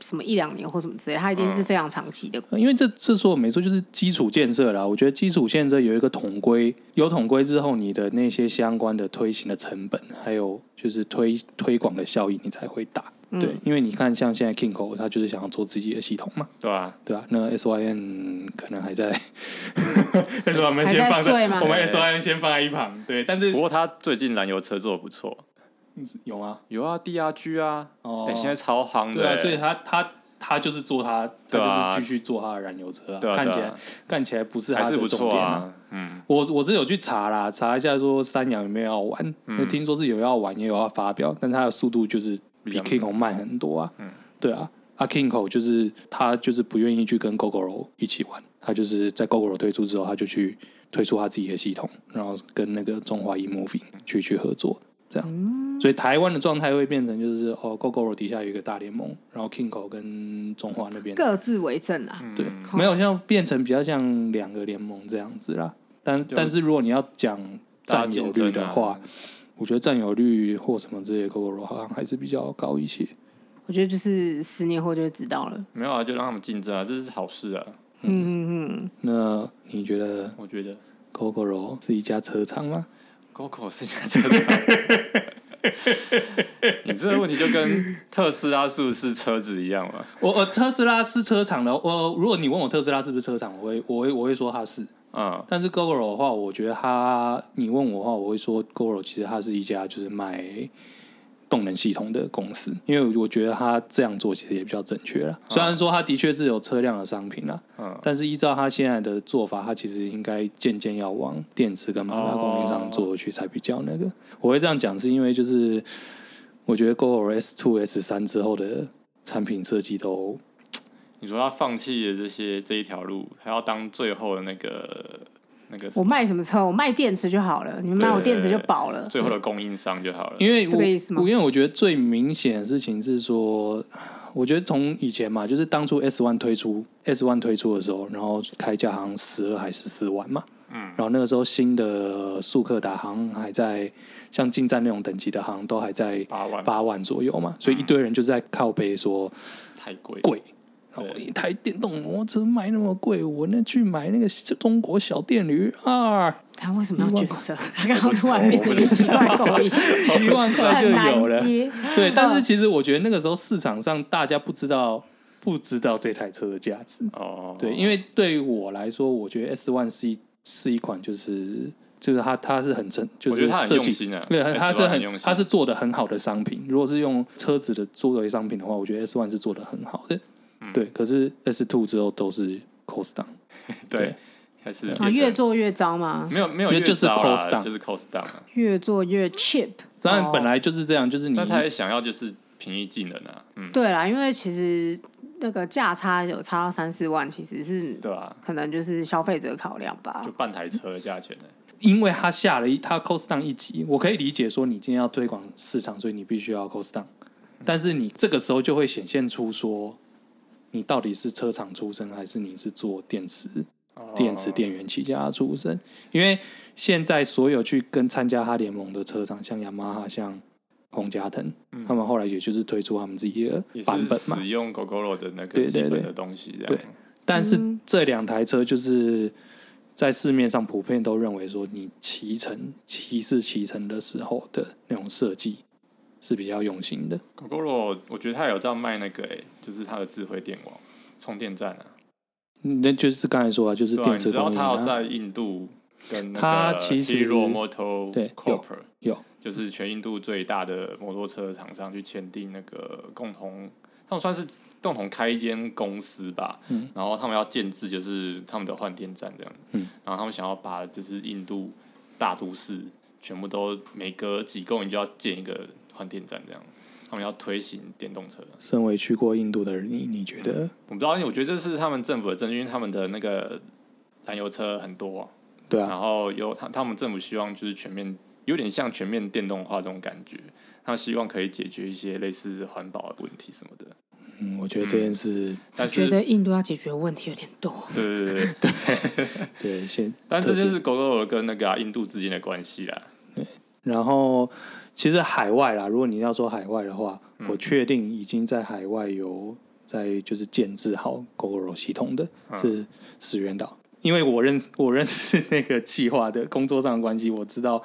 [SPEAKER 3] 什么一两年或什么之类，它一定是
[SPEAKER 1] 嗯
[SPEAKER 3] 非常长期的。
[SPEAKER 1] 因为这这说没错，就是基础建设啦。我觉得基础建设有一个统规，有统规之后，你的那些相关的推行的成本，还有就是推推广的效益，你才会大。
[SPEAKER 3] 嗯
[SPEAKER 1] 对，因为你看，像现在 Kingo 他就是想要做自己的系统嘛，
[SPEAKER 2] 对啊，
[SPEAKER 1] 对吧、那 SYN 可能还
[SPEAKER 2] <laughs>
[SPEAKER 1] 在，
[SPEAKER 4] 但是我们
[SPEAKER 3] 还
[SPEAKER 4] 先
[SPEAKER 3] 在
[SPEAKER 4] 放在
[SPEAKER 3] 睡吗
[SPEAKER 4] 我们 S I 先放在一旁，对，但是
[SPEAKER 2] 不过他最近燃油车做的不错，
[SPEAKER 1] 有吗？
[SPEAKER 2] 有啊，DRG 啊，
[SPEAKER 1] 哦
[SPEAKER 2] 哎，现在超夯的，
[SPEAKER 1] 对啊，所以他他他就是做他，
[SPEAKER 2] 对
[SPEAKER 1] 他
[SPEAKER 2] 啊
[SPEAKER 1] 就是继续做他的燃油车、啊
[SPEAKER 2] 对啊
[SPEAKER 1] 看起
[SPEAKER 2] 对
[SPEAKER 1] 来
[SPEAKER 2] 啊
[SPEAKER 1] 看起来不是
[SPEAKER 2] 还
[SPEAKER 1] 他
[SPEAKER 2] 是
[SPEAKER 1] 的
[SPEAKER 2] 不
[SPEAKER 1] 重
[SPEAKER 2] 错
[SPEAKER 1] 点。
[SPEAKER 2] 啊，嗯，
[SPEAKER 1] 我我是有去查啦，查一下说三阳有没有要玩，
[SPEAKER 2] 嗯
[SPEAKER 1] 那听说是有要玩也有要发表，但它的速度就是比
[SPEAKER 2] 比较嗯
[SPEAKER 1] Kingo 慢很多啊。对啊，啊 Kingo 就是他就是不愿意去跟 GoGoRo 一起玩，他就是在 GoGoRo 推出之后，他就去推出他自己的系统，然后跟那个中华 eMovie 去去合作。这样，所以台湾的状态会变成就是哦，GoGoRo 底下有一个大联盟，然后 Kingo 跟中华那边
[SPEAKER 3] 各自为政啊，
[SPEAKER 1] 对，没有像变成比较像两个联盟这样子啦。但但是如果你要讲占有率的话，
[SPEAKER 2] 大家竞争
[SPEAKER 1] 我觉得占有率或什么之类的 g o g o 好像还是比较高一些。
[SPEAKER 3] 我觉得就是十年后就会知道了。
[SPEAKER 2] 没有啊，就让他们竞争啊，这是好事啊，
[SPEAKER 3] 嗯嗯嗯，
[SPEAKER 1] 那你觉得
[SPEAKER 2] 我觉得。
[SPEAKER 1] g o g o 是一家车厂吗？
[SPEAKER 2] GoGo 是家车厂。 <laughs> 你这个问题就跟特斯拉是不是车子一样嘛？
[SPEAKER 1] 我呃，特斯拉是车厂的。我、如果你问我特斯拉是不是车厂，我会我会我会说它是。
[SPEAKER 2] 嗯，
[SPEAKER 1] 但是 g o g o 的话，我觉得它，你问我的话，我会说 g o g o 其实它是一家就是卖动能系统的公司，因为我觉得它这样做其实也比较正确了。虽然说它的确是有车辆的商品啦，
[SPEAKER 2] 嗯
[SPEAKER 1] 但是依照它现在的做法，它其实应该渐渐要往电池跟马达供应商做去才比较那个。我会这样讲，是因为就是我觉得 g o g o S Two S 三之后的产品设计都
[SPEAKER 2] 你说他放弃了这些这一条路，还要当最后的那个那个什
[SPEAKER 3] 我
[SPEAKER 2] 么
[SPEAKER 3] 卖什么车？我卖电池就好了，你们卖我电池就饱了。
[SPEAKER 2] 最后的供应商就好了。
[SPEAKER 1] 因为
[SPEAKER 3] 是这
[SPEAKER 1] 我
[SPEAKER 3] 个意思吗
[SPEAKER 1] 我因为我觉得最明显的事情是说，我觉得从以前嘛，就是当初 S One 推出 S One 推出的时候，然后开价好像十二还是四万嘛，嗯，然后那个时候新的速克达行还在像进站那种等级的行都还在
[SPEAKER 2] 八万
[SPEAKER 1] 八万左右嘛，所以一堆人就是在靠背说
[SPEAKER 2] 太贵，
[SPEAKER 1] 贵。然后一台电动摩托车卖那么贵，我那去买那个中国小电驴啊，
[SPEAKER 3] 他为什么要角色？他刚刚突 <laughs> 然变成一个奇怪的 <laughs> 口音，
[SPEAKER 1] 一万块哦就
[SPEAKER 3] 很
[SPEAKER 1] 有
[SPEAKER 3] 难
[SPEAKER 1] 了。
[SPEAKER 3] <laughs> 接。
[SPEAKER 1] <laughs> 对，但是其实我觉得那个时候市场上大家不知道不知道这台车的价值。
[SPEAKER 2] 哦，
[SPEAKER 1] 对，因为对于我来说，我觉得 S One 是一是一款就是就是它它是很成，就
[SPEAKER 2] 我觉
[SPEAKER 1] 是
[SPEAKER 2] 得它很
[SPEAKER 1] 设
[SPEAKER 2] 用
[SPEAKER 1] 计。
[SPEAKER 2] 心啊，
[SPEAKER 1] 对，它是
[SPEAKER 2] S1
[SPEAKER 1] 很
[SPEAKER 2] 很用心，
[SPEAKER 1] 它是做的很好的商品。如果是用车子的作为商品的话，我觉得 S One 是做的很好的。
[SPEAKER 2] 嗯
[SPEAKER 1] 对，可是 S Two 之后都是 cost down，
[SPEAKER 2] 对，还是
[SPEAKER 3] 啊，越做越糟嘛，
[SPEAKER 2] 没有没有
[SPEAKER 1] 因为
[SPEAKER 2] 越
[SPEAKER 1] 就是
[SPEAKER 2] 糟啦
[SPEAKER 1] cost down 嗯
[SPEAKER 2] 就是 cost down 啊。
[SPEAKER 3] 越做越 cheap。
[SPEAKER 1] 当
[SPEAKER 3] 哦
[SPEAKER 1] 然本来就是这样，就是你
[SPEAKER 2] 但他也想要就是平易近人啊，嗯，
[SPEAKER 3] 对啦，因为其实那个价差有差到三四万，其实是
[SPEAKER 2] 对啊，
[SPEAKER 3] 可能就是消费者考量吧
[SPEAKER 2] 就。半台车的价钱呢。欸
[SPEAKER 1] 因为它下了一它 cost down 一级，我可以理解说你今天要推广市场，所以你必须要 cost down，但是你这个时候就会显现出说，你到底是车厂出身，还是你是做电池、 <laughs> 电池电源起家出身？因为现在所有去跟参加它联盟的车厂，像雅马哈、像洪家腾，他们后来也就是推出他们自己的
[SPEAKER 2] 哦也是
[SPEAKER 1] 版本嘛，
[SPEAKER 2] 使用 GoGoRo 的
[SPEAKER 1] 对
[SPEAKER 2] 那个
[SPEAKER 1] 对
[SPEAKER 2] 基
[SPEAKER 1] 对
[SPEAKER 2] 本的东西，这样
[SPEAKER 1] 对但是这两台车就是在市面上普遍都认为说，你骑乘骑士骑乘的时候的那种设计是比较用心的。
[SPEAKER 2] GoGoRo 我觉得它有这样卖那个、欸，就是它的智慧电网充电站啊，
[SPEAKER 1] 嗯那就是刚才说啊，就是
[SPEAKER 2] 对啊，
[SPEAKER 1] 电
[SPEAKER 2] 你
[SPEAKER 1] 池
[SPEAKER 2] 知
[SPEAKER 1] 供
[SPEAKER 2] 道
[SPEAKER 1] 应
[SPEAKER 2] 它要
[SPEAKER 1] 啊，
[SPEAKER 2] 在印度跟那
[SPEAKER 1] 它
[SPEAKER 2] 个
[SPEAKER 1] 其实
[SPEAKER 2] Hero Motor
[SPEAKER 1] 对有
[SPEAKER 2] Corp
[SPEAKER 1] 有
[SPEAKER 2] 就是全印度最大的摩托车厂商去签订那个共同，他们算是共同开一间公司吧，
[SPEAKER 1] 嗯
[SPEAKER 2] 然后他们要建制就是他们的换电站这样，
[SPEAKER 1] 嗯
[SPEAKER 2] 然后他们想要把就是印度大都市全部都每隔几公里就要建一个换电站这样，他们要推行电动车，
[SPEAKER 1] 身为去过印度的人，你你觉得
[SPEAKER 2] 我不知道，因为我觉得这是他们政府的证据，因为他们的那个燃油车很多、啊，
[SPEAKER 1] 对啊？
[SPEAKER 2] 然后有他他们政府希望就是全面，有点像全面电动化这种感觉，他希望可以解决一些类似环保的问题什么的。
[SPEAKER 1] 嗯，我觉得这件事，
[SPEAKER 2] 但
[SPEAKER 3] 觉
[SPEAKER 2] 是
[SPEAKER 3] 得印度要解决的问题有点多。
[SPEAKER 2] 对对对
[SPEAKER 1] <laughs>
[SPEAKER 2] 对，
[SPEAKER 1] 对，现
[SPEAKER 2] 但这就
[SPEAKER 1] 特
[SPEAKER 2] 是狗狗尔跟那个啊、印度之间的关系啦。
[SPEAKER 1] 别然后其实海外啦，如果你要说海外的话，我确定已经在海外有在就是建制好 GoGo 系统的是石原岛。因为我认我认识那个企划的工作上的关系，我知道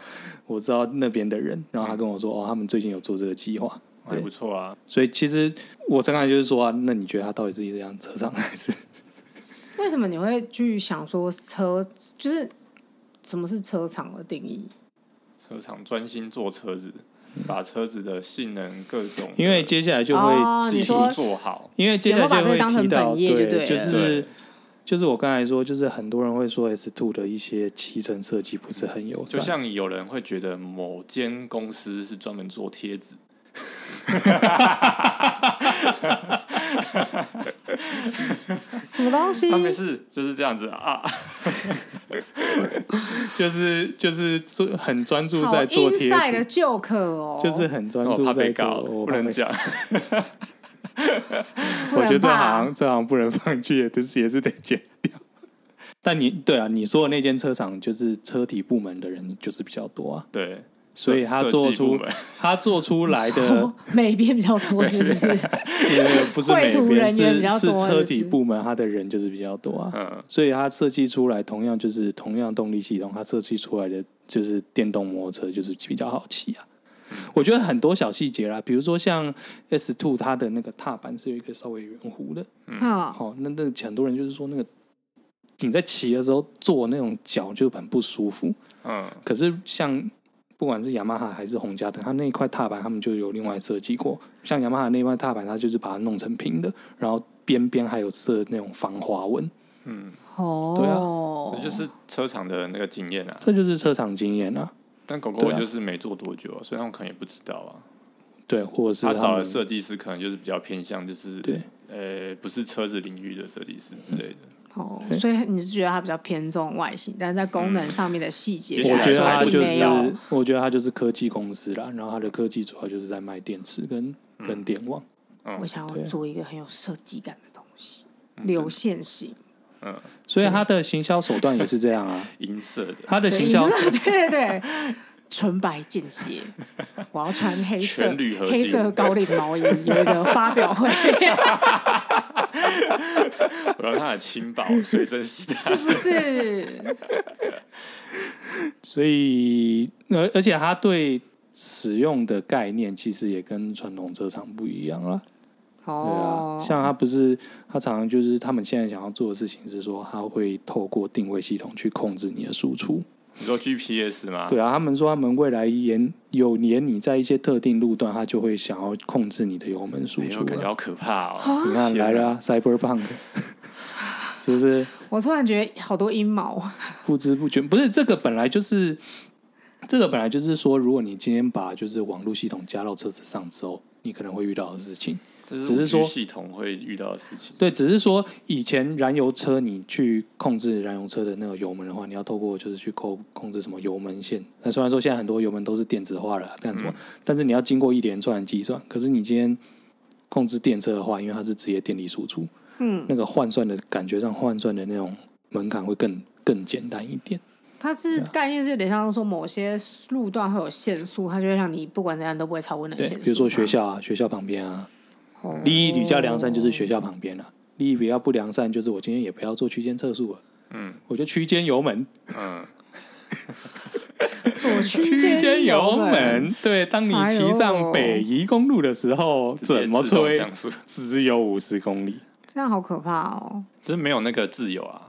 [SPEAKER 1] 我知道那边的人，然后他跟我说，哦，他们最近有做这个计划，
[SPEAKER 2] 还不错啊，
[SPEAKER 1] 所以其实我刚才就是说啊，那你觉得他到底是一辆车上还是
[SPEAKER 3] 为什么你会去想说车就是什么是车厂的定义？
[SPEAKER 2] 车厂专心做车子，把车子的性能各种
[SPEAKER 1] 嗯因为哦接下来就
[SPEAKER 3] 哦
[SPEAKER 1] 会
[SPEAKER 2] 技
[SPEAKER 1] 技
[SPEAKER 3] 你
[SPEAKER 1] 术，
[SPEAKER 2] 术
[SPEAKER 3] 说
[SPEAKER 2] 做好，
[SPEAKER 1] 因为接下来就
[SPEAKER 3] 有没有把
[SPEAKER 1] 会
[SPEAKER 3] 这个
[SPEAKER 1] 提
[SPEAKER 3] 当
[SPEAKER 1] 到，
[SPEAKER 3] 成本业就
[SPEAKER 1] 对，
[SPEAKER 3] 对了
[SPEAKER 1] 就是
[SPEAKER 2] 对
[SPEAKER 1] 就是我刚才说，就是很多人会说 S two 的一些骑乘设计不是很友
[SPEAKER 2] 就
[SPEAKER 1] 善，
[SPEAKER 2] 像有人会觉得某间公司是专门做贴纸，
[SPEAKER 3] 什么东
[SPEAKER 1] 嗯
[SPEAKER 3] 西
[SPEAKER 2] 他？没事，就是这样子啊。
[SPEAKER 1] 就是就是做很专注
[SPEAKER 3] 好
[SPEAKER 1] 在做贴
[SPEAKER 3] inside 的
[SPEAKER 1] 纸，
[SPEAKER 3] joke 哦，
[SPEAKER 1] 就是很专
[SPEAKER 2] 我
[SPEAKER 1] 注
[SPEAKER 2] 怕
[SPEAKER 1] 在
[SPEAKER 2] 被
[SPEAKER 1] 做，
[SPEAKER 2] 告，
[SPEAKER 1] 我
[SPEAKER 2] 不
[SPEAKER 1] 怕
[SPEAKER 2] 能
[SPEAKER 1] 被
[SPEAKER 2] 讲。
[SPEAKER 1] <laughs>
[SPEAKER 3] 不
[SPEAKER 1] 我觉得这
[SPEAKER 3] 能吧？
[SPEAKER 1] 行这行不能放弃，也是也是得剪掉。 <laughs> 但你对啊，你说的那间车厂就是车体部门的人就是比较多啊，
[SPEAKER 2] 对，
[SPEAKER 1] 所以他
[SPEAKER 2] 设
[SPEAKER 1] 做
[SPEAKER 2] 计部
[SPEAKER 1] 出
[SPEAKER 2] 门
[SPEAKER 1] 他做出来的
[SPEAKER 3] <laughs> 哦美编比较多，是不是？
[SPEAKER 1] <laughs> 呃不是美
[SPEAKER 3] 绘图
[SPEAKER 1] 编
[SPEAKER 3] 人员
[SPEAKER 1] 是
[SPEAKER 3] 比较
[SPEAKER 1] 是
[SPEAKER 3] 多
[SPEAKER 1] 车
[SPEAKER 3] 是
[SPEAKER 1] 体
[SPEAKER 3] 不是
[SPEAKER 1] 部门，他的人就是比较多啊。
[SPEAKER 2] 嗯，
[SPEAKER 1] 所以它设计出来同样就是同样动力系统，它设计出来的就是电动摩托车就是比较好骑啊。我觉得很多小细节啦，比如说像 S Two 它的那个踏板是有一个稍微圆弧的，
[SPEAKER 3] 啊，
[SPEAKER 1] 好、那那很多人就是说那个你在骑的时候坐那种脚就很不舒服。
[SPEAKER 2] 嗯，
[SPEAKER 1] 可是像不管是雅马哈还是红家的，它那一块踏板他们就有另外设计过，像雅马哈那块踏板，它就是把它弄成平的，然后边边还有设那种防滑纹。
[SPEAKER 3] 哦，
[SPEAKER 1] 啊
[SPEAKER 2] 这就是车厂的那个经验啊。
[SPEAKER 1] 这就是车厂经验啊，
[SPEAKER 2] 但狗狗
[SPEAKER 1] 对
[SPEAKER 2] 我
[SPEAKER 1] 啊
[SPEAKER 2] 就是没做多久啊，所以他们可能也不知道啊。
[SPEAKER 1] 对，或者是
[SPEAKER 2] 他找
[SPEAKER 1] 们
[SPEAKER 2] 的设计师可能就是比较偏向就是
[SPEAKER 1] 对，嗯
[SPEAKER 2] 呃，不是车子领域的设计师之类的。
[SPEAKER 3] 哦，所以你是觉得它比较偏重外形，但是在功能上面的细节
[SPEAKER 2] 也
[SPEAKER 3] 上
[SPEAKER 1] 嗯我觉
[SPEAKER 2] 许
[SPEAKER 3] 来说，
[SPEAKER 1] 得
[SPEAKER 2] 还
[SPEAKER 1] 它
[SPEAKER 2] 不
[SPEAKER 1] 就
[SPEAKER 3] 并没有
[SPEAKER 1] 是，我觉得它就是科技公司啦，然后它的科技主要就是在卖电池跟跟电网，
[SPEAKER 3] 我想
[SPEAKER 1] 对
[SPEAKER 3] 要做一个很有设计感的东西，
[SPEAKER 1] 啊
[SPEAKER 3] 流线型。
[SPEAKER 1] 所以它的行销手段也是这样啊，
[SPEAKER 2] <laughs> 银色的，
[SPEAKER 1] 它的行销
[SPEAKER 3] <laughs> 对对对，纯白见
[SPEAKER 1] <laughs>
[SPEAKER 3] 血，我要穿黑色
[SPEAKER 2] 全铝合金
[SPEAKER 3] 黑色高领毛衣，有一个发
[SPEAKER 1] <laughs>
[SPEAKER 3] 表会，
[SPEAKER 2] 我让它很轻
[SPEAKER 1] <laughs>
[SPEAKER 2] 薄，随身携带。
[SPEAKER 3] 是不是？
[SPEAKER 1] 所以而而且它对使用的概念其实也跟传统车厂不一样啦，对啊
[SPEAKER 3] 哦，，
[SPEAKER 1] 像它不是，它常常就是他们现在想要做的事情是说，它会透过定位系统去控制你的输出，
[SPEAKER 2] 你说 GPS 吗？
[SPEAKER 1] 对啊，他们说他们未来沿有年你在一些特定路段，他就会想要控制你的油门输
[SPEAKER 2] 没
[SPEAKER 1] 出
[SPEAKER 2] 有，感觉
[SPEAKER 1] 了。
[SPEAKER 2] 好可怕哦。
[SPEAKER 1] 你哎看
[SPEAKER 2] 天啊
[SPEAKER 1] 来啊了、啊、，Cyberpunk，是不是
[SPEAKER 3] 我突然觉得好多阴谋，
[SPEAKER 1] 不知不觉？不是这个本来就是，这个本来就是说，如果你今天把就是网络系统加到车子上之后，你可能会遇到的事情。
[SPEAKER 2] 这是
[SPEAKER 1] 只是说
[SPEAKER 2] 5G 系统会遇到的事情。
[SPEAKER 1] 对，只是说以前燃油车你去控制燃油车的那个油门的话，你要透过就是去控控制什么油门线。那虽然说现在很多油门都是电子化了，干什么？但是你要经过一连串的计算。可是你今天控制电车的话，因为它是直接电力输出，
[SPEAKER 3] 嗯，
[SPEAKER 1] 那个换算的感觉上换算的那种门槛会更更简单一点。
[SPEAKER 3] 它是
[SPEAKER 1] 啊
[SPEAKER 3] 概念是有点像说某些路段会有限速，它就会让你不管怎样都不会超过那个
[SPEAKER 1] 对
[SPEAKER 3] 限，速。
[SPEAKER 1] 比如说学，校啊，学校旁边啊，
[SPEAKER 3] 哦
[SPEAKER 1] 利益屡教良善就是学校旁边了、啊，利益比较不良善就是我今天也不要做区间测速了，嗯，我就区间油门。
[SPEAKER 2] 嗯，
[SPEAKER 3] 左区
[SPEAKER 1] 区间嗯
[SPEAKER 3] 间
[SPEAKER 1] 油
[SPEAKER 3] 门，
[SPEAKER 1] 门，对，当你骑上北宜公路的时候，怎么
[SPEAKER 2] 直接自动
[SPEAKER 1] 吹
[SPEAKER 2] 降速？
[SPEAKER 1] 只有五十公里？
[SPEAKER 3] 这样好可怕哦！
[SPEAKER 2] 就是没有那个自由啊，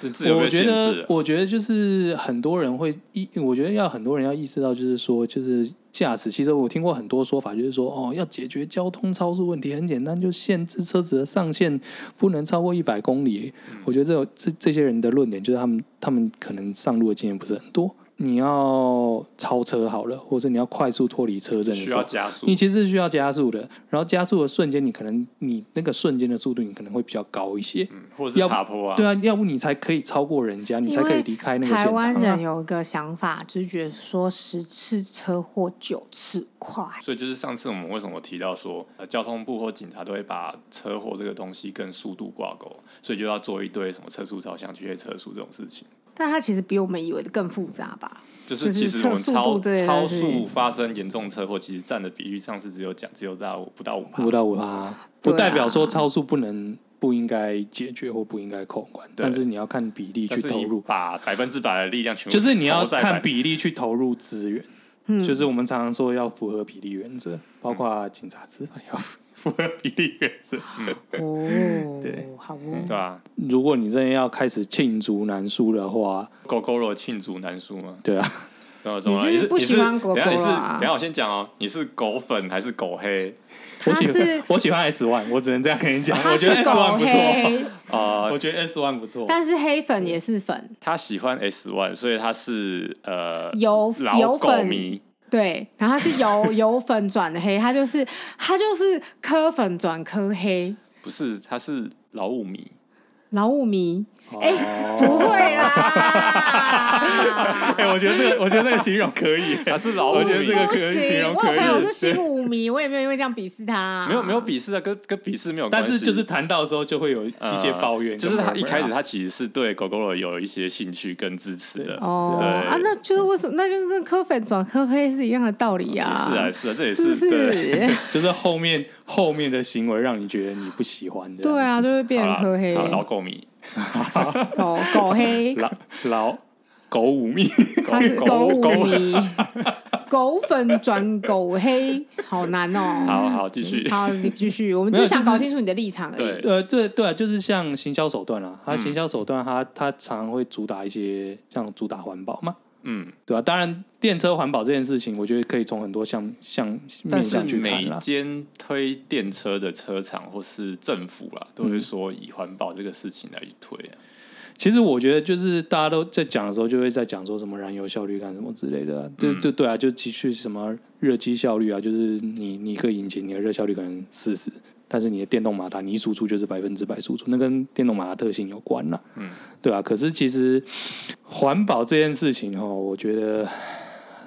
[SPEAKER 2] 这自由
[SPEAKER 1] 我
[SPEAKER 2] 被
[SPEAKER 1] 觉
[SPEAKER 2] 限制啊
[SPEAKER 1] 得，
[SPEAKER 2] 了。
[SPEAKER 1] 我觉得就是很多人会意，我觉得要很多人要意识到，就是说，就是驾驶。其实我听过很多说法，就是说，哦，要解决交通超速问题很简单，就限制车子的上限不能超过一百公里。我觉得这种这这些人的论点就是他们他们可能上路的经验不是很多。你要超车好了，或者你要快速脱离车阵的
[SPEAKER 2] 需
[SPEAKER 1] 时
[SPEAKER 2] 要
[SPEAKER 1] 候，
[SPEAKER 2] 加速
[SPEAKER 1] 你，其实是需要加速的。然后加速的瞬间，你可能你那个瞬间的速度，你可能会比较高一些。
[SPEAKER 2] 或者是
[SPEAKER 1] 要不
[SPEAKER 2] 爬坡啊，
[SPEAKER 1] 对啊，嗯要不你才可以超过人家，你才可以离开那个
[SPEAKER 3] 台
[SPEAKER 1] 现
[SPEAKER 3] 湾
[SPEAKER 1] 场。
[SPEAKER 3] 人有一哎个想法，就是觉得说十次车祸九次快，
[SPEAKER 2] 所以就是上次我们为什么提到说，呃，交通部或警察都会把车祸这个东西跟速度挂钩，所以就要做一堆什么车速照相、机械车速这种事情。
[SPEAKER 3] 但它其实比我们以为的更复杂吧？
[SPEAKER 2] 就是其实我
[SPEAKER 3] 就
[SPEAKER 2] 们
[SPEAKER 3] 是测速
[SPEAKER 2] 超
[SPEAKER 3] 度这件事
[SPEAKER 2] 超速发生严重车祸，其实占的比率上次只有讲只有到不到五趴
[SPEAKER 1] 五，到五趴，不
[SPEAKER 3] 对
[SPEAKER 1] <laughs>
[SPEAKER 3] 啊
[SPEAKER 1] 代表说超速不能、不应该解决或不应该控管，但是你要看比例
[SPEAKER 2] 但
[SPEAKER 1] 去
[SPEAKER 2] 是
[SPEAKER 1] 投
[SPEAKER 2] 你
[SPEAKER 1] 入，
[SPEAKER 2] 把百分之百的力量全部
[SPEAKER 1] 就是你要
[SPEAKER 2] 投在
[SPEAKER 1] 看
[SPEAKER 2] 百
[SPEAKER 1] 比例去投入资源。就是我们常常说要符合比例原则，包括警察执法要符符合比例原则。
[SPEAKER 3] 哦，
[SPEAKER 1] 对，
[SPEAKER 3] 好哦，
[SPEAKER 2] 嗯 <laughs> 对啊，
[SPEAKER 1] 如果你真的要开始罄竹难书的话，
[SPEAKER 2] 狗狗肉庆祝难输吗？
[SPEAKER 1] 对啊， <laughs>
[SPEAKER 2] 怎么怎么了？
[SPEAKER 3] 你是
[SPEAKER 2] 是
[SPEAKER 3] 不喜欢狗狗
[SPEAKER 2] 你是
[SPEAKER 3] 肉
[SPEAKER 2] 等一下你
[SPEAKER 3] 啊
[SPEAKER 2] 是等一下我先讲哦，你是狗粉还是狗黑？
[SPEAKER 1] 我
[SPEAKER 3] 它
[SPEAKER 1] 喜
[SPEAKER 3] 是
[SPEAKER 1] 欢我喜欢 S One，我只能这样跟你讲，
[SPEAKER 3] 它
[SPEAKER 1] 我觉得
[SPEAKER 3] 哦是
[SPEAKER 1] S
[SPEAKER 3] 狗
[SPEAKER 1] One 不错，
[SPEAKER 3] 黑，
[SPEAKER 2] <laughs> 啊，
[SPEAKER 1] 我觉得 S One 不错。
[SPEAKER 3] 但是黑粉也是粉，
[SPEAKER 2] 他喜欢 S One，所以他是呃
[SPEAKER 3] 有
[SPEAKER 2] 老
[SPEAKER 3] 有
[SPEAKER 2] 狗
[SPEAKER 3] 粉
[SPEAKER 2] 迷，
[SPEAKER 3] 对，然后它是由 <laughs> 由粉转黑，它就是它就是科粉转科黑，
[SPEAKER 2] 不是他是老
[SPEAKER 1] <laughs>
[SPEAKER 2] 五迷。
[SPEAKER 3] 老五迷，
[SPEAKER 2] 哦
[SPEAKER 3] 哎，不会
[SPEAKER 2] <laughs>
[SPEAKER 3] 啦。
[SPEAKER 1] 哎，我觉得这个，我觉得这个形容可以。
[SPEAKER 2] 他是老五迷，
[SPEAKER 1] 我觉得这个
[SPEAKER 3] 不
[SPEAKER 1] 可以形
[SPEAKER 3] 行，
[SPEAKER 1] 容
[SPEAKER 3] 我有朋友
[SPEAKER 1] 可以
[SPEAKER 3] 是新五迷，我也没有因为这样鄙视他、
[SPEAKER 2] 没有没有，鄙视啊，跟跟鄙视没有关
[SPEAKER 1] 但
[SPEAKER 2] 系。
[SPEAKER 1] 是就是谈到的时候，就会有
[SPEAKER 2] 呃
[SPEAKER 1] 一些抱怨。
[SPEAKER 2] 就是他一开始
[SPEAKER 1] 嗯他
[SPEAKER 2] 他其实是对狗狗有一些兴趣跟支持的。
[SPEAKER 3] 哦
[SPEAKER 2] 对
[SPEAKER 3] 啊，那就是为什么？那就是科粉转科黑是一样的道理啊，
[SPEAKER 2] 也是啊，是啊，这也
[SPEAKER 3] 是不
[SPEAKER 2] 对。
[SPEAKER 3] 是？
[SPEAKER 1] 就是后面后面的行为让你觉得你不喜欢的。
[SPEAKER 3] 对啊，就会变
[SPEAKER 2] 好
[SPEAKER 3] 成
[SPEAKER 2] 啦
[SPEAKER 3] 科黑、
[SPEAKER 2] 好老狗迷，
[SPEAKER 3] 狗狗
[SPEAKER 2] <laughs>
[SPEAKER 3] 黑，
[SPEAKER 1] <laughs> 老老狗五密，
[SPEAKER 3] 他是狗
[SPEAKER 2] 狗
[SPEAKER 3] 五
[SPEAKER 2] 狗。
[SPEAKER 3] <laughs> 迷，狗粉转狗黑，好难哦。
[SPEAKER 2] 好好继续，
[SPEAKER 3] 好，你继续，我们
[SPEAKER 1] 没
[SPEAKER 3] 就
[SPEAKER 1] 有
[SPEAKER 3] 想
[SPEAKER 1] 就是
[SPEAKER 3] 搞清楚你的立场而已
[SPEAKER 2] 对。
[SPEAKER 1] 呃，对对啊，就是像行销手段啊，他行销手段他，他常会主打一些像主打环保嘛，
[SPEAKER 2] 嗯，
[SPEAKER 1] 对啊，当然，电车环保这件事情，我觉得可以从很多项项面
[SPEAKER 2] 但是
[SPEAKER 1] 向去看
[SPEAKER 2] 每
[SPEAKER 1] 啦。
[SPEAKER 2] 间推电车的车厂或是政府啦，
[SPEAKER 1] 嗯
[SPEAKER 2] 都会说以环保这个事情来推啊。
[SPEAKER 1] 其实我觉得，就是大家都在讲的时候，就会在讲说什么燃油效率感什么之类的啊、就就对啊，就其实什么热机效率啊，就是你你一个引擎，你的热效率可能四十，但是你的电动马达，你一输出就是百分之百输出，那跟电动马达特性有关啦、嗯，对啊。可是其实环保这件事情哦，我觉得。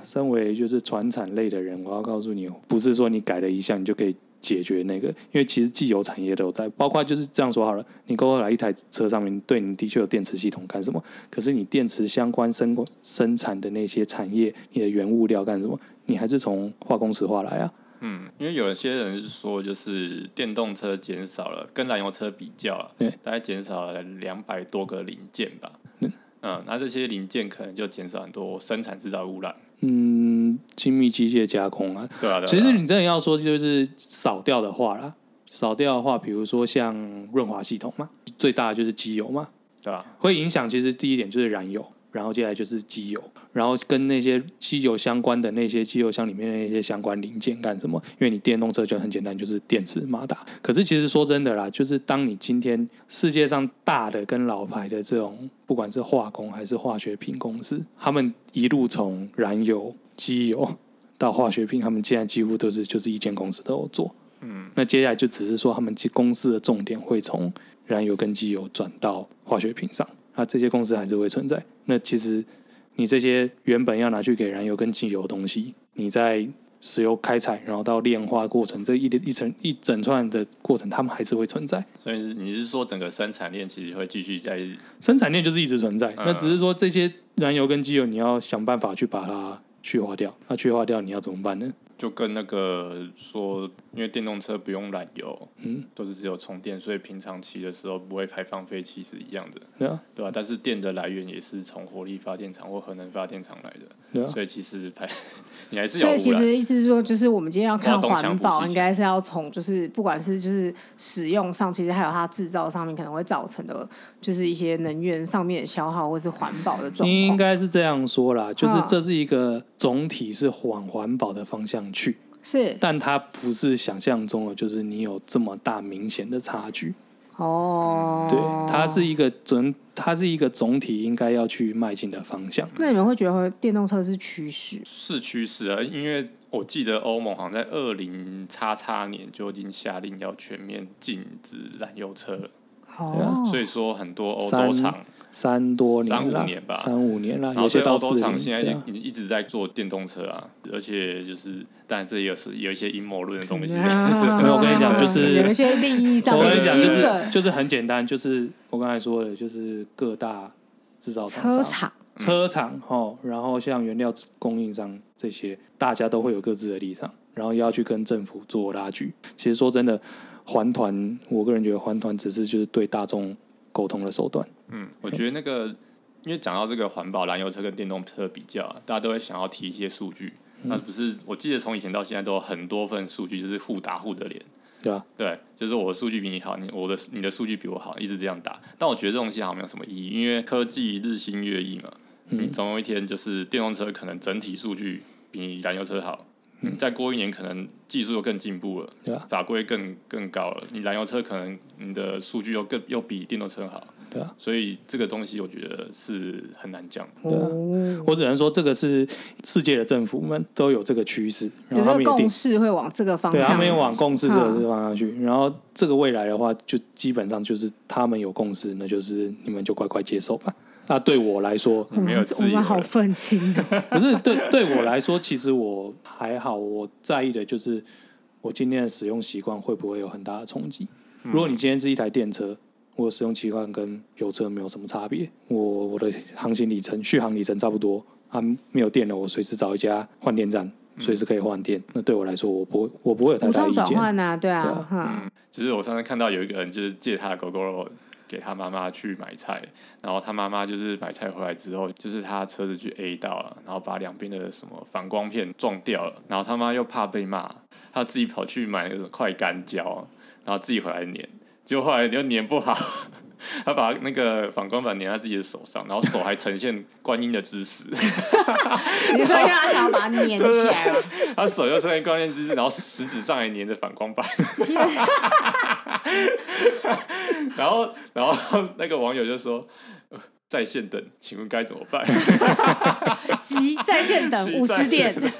[SPEAKER 1] 身为就是船产类的人，我要告诉你，不是说你改了一项你就可以解决那个，因为其实既有产业都有在，包括就是这样说好了，你购来一台车上面，对你的确有电池系统干什么，可是你电池相关生生产的那些产业，你的原物料干什么，你还是从化工石化来啊。
[SPEAKER 2] 嗯，因为有一些人是说，就是电动车减少了，跟燃油车比较了
[SPEAKER 1] 对，
[SPEAKER 2] 大概减少了两百多个零件吧。嗯，那这些零件可能就减少很多生产制造污染。
[SPEAKER 1] 嗯，精密机械加工啊，
[SPEAKER 2] 对啊，对啊
[SPEAKER 1] 其
[SPEAKER 2] 对
[SPEAKER 1] 实
[SPEAKER 2] 啊
[SPEAKER 1] 你真的要说，就是少掉的话啦，少掉的话，比如说像润滑系统嘛，最大的就是机油嘛，
[SPEAKER 2] 对啊，
[SPEAKER 1] 会影响。其实第一点就是燃油，然后接下来就是机油，然后跟那些机油相关的那些机油箱里面的那些相关零件干什么？因为你电动车就很简单，就是电池、马达。可是其实说真的啦，就是当你今天世界上大的跟老牌的这种，不管是化工还是化学品公司，他们一路从燃油、机油到化学品，他们现在几乎都是就是一间公司都有做。嗯，那接下来就只是说他们公司的重点会从燃油跟机油转到化学品上，那这些公司还是会存在。那其实你这些原本要拿去给燃油跟机油的东西，你在石油开采然后到炼化过程这一连一层一整串的过程，他们还是会存在。
[SPEAKER 2] 所以是你是说整个生产链其实会继续在
[SPEAKER 1] 生产链就是一直存在，
[SPEAKER 3] 嗯
[SPEAKER 1] 那只是说这些燃油跟机油你要想办法去把它去化掉。那去化掉你要怎么办呢？
[SPEAKER 2] 就跟那个说，因为电动车不用燃油，
[SPEAKER 1] 嗯，
[SPEAKER 2] 都是只有充电，所以平常骑的时候不会排放废气是一样的，
[SPEAKER 1] 对啊，
[SPEAKER 2] 对吧、但是电的来源也是从火力发电厂或核能发电厂来的，
[SPEAKER 1] 对啊。
[SPEAKER 2] 所以其实排你还是 <laughs> 有
[SPEAKER 3] 所以其
[SPEAKER 2] 污染。
[SPEAKER 3] 实意思是说，就是我们今天要看
[SPEAKER 2] 挖洞
[SPEAKER 3] 环
[SPEAKER 2] 抢补
[SPEAKER 3] 保，
[SPEAKER 2] 习
[SPEAKER 3] 应该是要从就是不管是就是使用上，其实还有它制造上面可能会造成的，就是一些能源上面的消耗或是环保的状
[SPEAKER 1] 应
[SPEAKER 3] 况。
[SPEAKER 1] 该是这样说啦，就是
[SPEAKER 3] 嗯
[SPEAKER 1] 这是一个总体是往环保的方向去，
[SPEAKER 3] 是
[SPEAKER 1] 但它不是想象中的，就是你有这么大明显的差距。
[SPEAKER 3] 哦，
[SPEAKER 1] 对，它是一个整，它是一个总体应该要去迈进的方向。
[SPEAKER 3] 那你们会觉得电动车是趋势？
[SPEAKER 2] 是趋势啊，因为我记得欧盟好像在二零叉叉年就已经下令要全面禁止燃油车了，
[SPEAKER 1] 啊
[SPEAKER 3] 哦，
[SPEAKER 2] 所以说很多欧
[SPEAKER 1] 三
[SPEAKER 2] 洲厂，
[SPEAKER 1] 三多年啦，
[SPEAKER 2] 三五年吧
[SPEAKER 1] 三五年啦，
[SPEAKER 2] 然
[SPEAKER 1] 啊有
[SPEAKER 2] 后所
[SPEAKER 1] 些
[SPEAKER 2] 以欧
[SPEAKER 1] 到
[SPEAKER 2] 洲
[SPEAKER 1] 四
[SPEAKER 2] 厂
[SPEAKER 1] 零。
[SPEAKER 2] 现在
[SPEAKER 1] 对
[SPEAKER 2] 已
[SPEAKER 1] 啊
[SPEAKER 2] 经一直在做电动车啊，而且就是，当然这也是有一些阴谋论的东
[SPEAKER 1] <laughs>
[SPEAKER 2] 西，
[SPEAKER 1] 没
[SPEAKER 3] 没
[SPEAKER 1] 有我跟你
[SPEAKER 3] <laughs>
[SPEAKER 1] 讲就是
[SPEAKER 3] 有一些利益上
[SPEAKER 1] 我
[SPEAKER 3] 面
[SPEAKER 1] 跟你
[SPEAKER 3] 的
[SPEAKER 1] 讲，就
[SPEAKER 3] 牵
[SPEAKER 1] 是
[SPEAKER 3] 扯，
[SPEAKER 1] 就是很简单，就是我刚才说的，就是各大制造厂商
[SPEAKER 3] 车厂
[SPEAKER 1] 车厂哦，然后像原料供应商这些，大家都会有各自的立场，然后要去跟政府做拉锯。其实说真的，环团，我个人觉得环团只是就是对大众沟通的手段。
[SPEAKER 2] <laughs> 嗯，我觉得那个，因为讲到这个环保燃油车跟电动车比较啊，大家都会想要提一些数据。那不是，我记得从以前到现在都有很多份数据，就是互打互的脸。
[SPEAKER 1] 对啊，
[SPEAKER 2] 对，就是我的数据比你好，你我的你的数据比我好，一直这样打。但我觉得这种东西好像没有什么意义，因为科技日新月异嘛，
[SPEAKER 1] 嗯
[SPEAKER 2] 你总有一天就是电动车可能整体数据比燃油车好，再过一年可能技术又更进步了，
[SPEAKER 1] 嗯对啊
[SPEAKER 2] 法规更更高了，你燃油车可能你的数据又更又比电动车好，
[SPEAKER 1] 对啊
[SPEAKER 2] 所以这个东西我觉得是很难讲的。
[SPEAKER 1] 对啊
[SPEAKER 3] 哦，
[SPEAKER 1] 我只能说这个是世界的政府们都有这个趋势，然
[SPEAKER 3] 有
[SPEAKER 1] 后
[SPEAKER 3] 时
[SPEAKER 1] 他
[SPEAKER 3] 候
[SPEAKER 1] 们也定
[SPEAKER 3] 共识啊嗯会往这个方
[SPEAKER 1] 对
[SPEAKER 3] 向，
[SPEAKER 1] 他们也往共识这个地方向去。然后这个未来的话，就基本上就是他们有共识，那就是你们就乖乖接受吧。那对我来说，
[SPEAKER 3] 嗯我们
[SPEAKER 2] 没有
[SPEAKER 3] 我
[SPEAKER 2] 自由
[SPEAKER 3] 们
[SPEAKER 2] 了
[SPEAKER 3] 好愤青哦，
[SPEAKER 1] 不是对对我来说，其实我还好，我在意的就是我今天的使用习惯会不会有很大的冲击。如果你今天是一台电车，我的使用习惯跟油车没有什么差别，我我的航行里程、续航里程差不多啊，没有电了，我随时找一家换电站，随时可以换电。那对我来说，我不我 <laughs> 不会有太
[SPEAKER 3] 主
[SPEAKER 1] 大意
[SPEAKER 3] 动转
[SPEAKER 1] 见。
[SPEAKER 3] 换啊，对啊，哈，
[SPEAKER 2] 就是我上次看到有一个人就是借他的狗狗给他妈妈去买菜，然后他妈妈就是买菜回来之后，就是他车子去 A 到了，然后把两边的什么反光片撞掉了，然后他妈又怕被骂，他自己跑去买那种快干胶，然后自己回来粘，结果后来又粘不好。他把那个反光板粘在自己的手上，然后手还呈现观音的姿势，
[SPEAKER 3] 你
[SPEAKER 2] 啊
[SPEAKER 3] 说因为他想要把它粘起来啊嘛，
[SPEAKER 2] 他手又呈现观音姿势，然后食指上还粘着反光板，
[SPEAKER 1] 啊
[SPEAKER 2] 然后，然后那个网友就说：“呃在线等，请问该怎么
[SPEAKER 1] <laughs>
[SPEAKER 2] 办
[SPEAKER 3] 急在线等
[SPEAKER 2] 急
[SPEAKER 3] 五
[SPEAKER 2] 在
[SPEAKER 3] 十点
[SPEAKER 2] 线。？”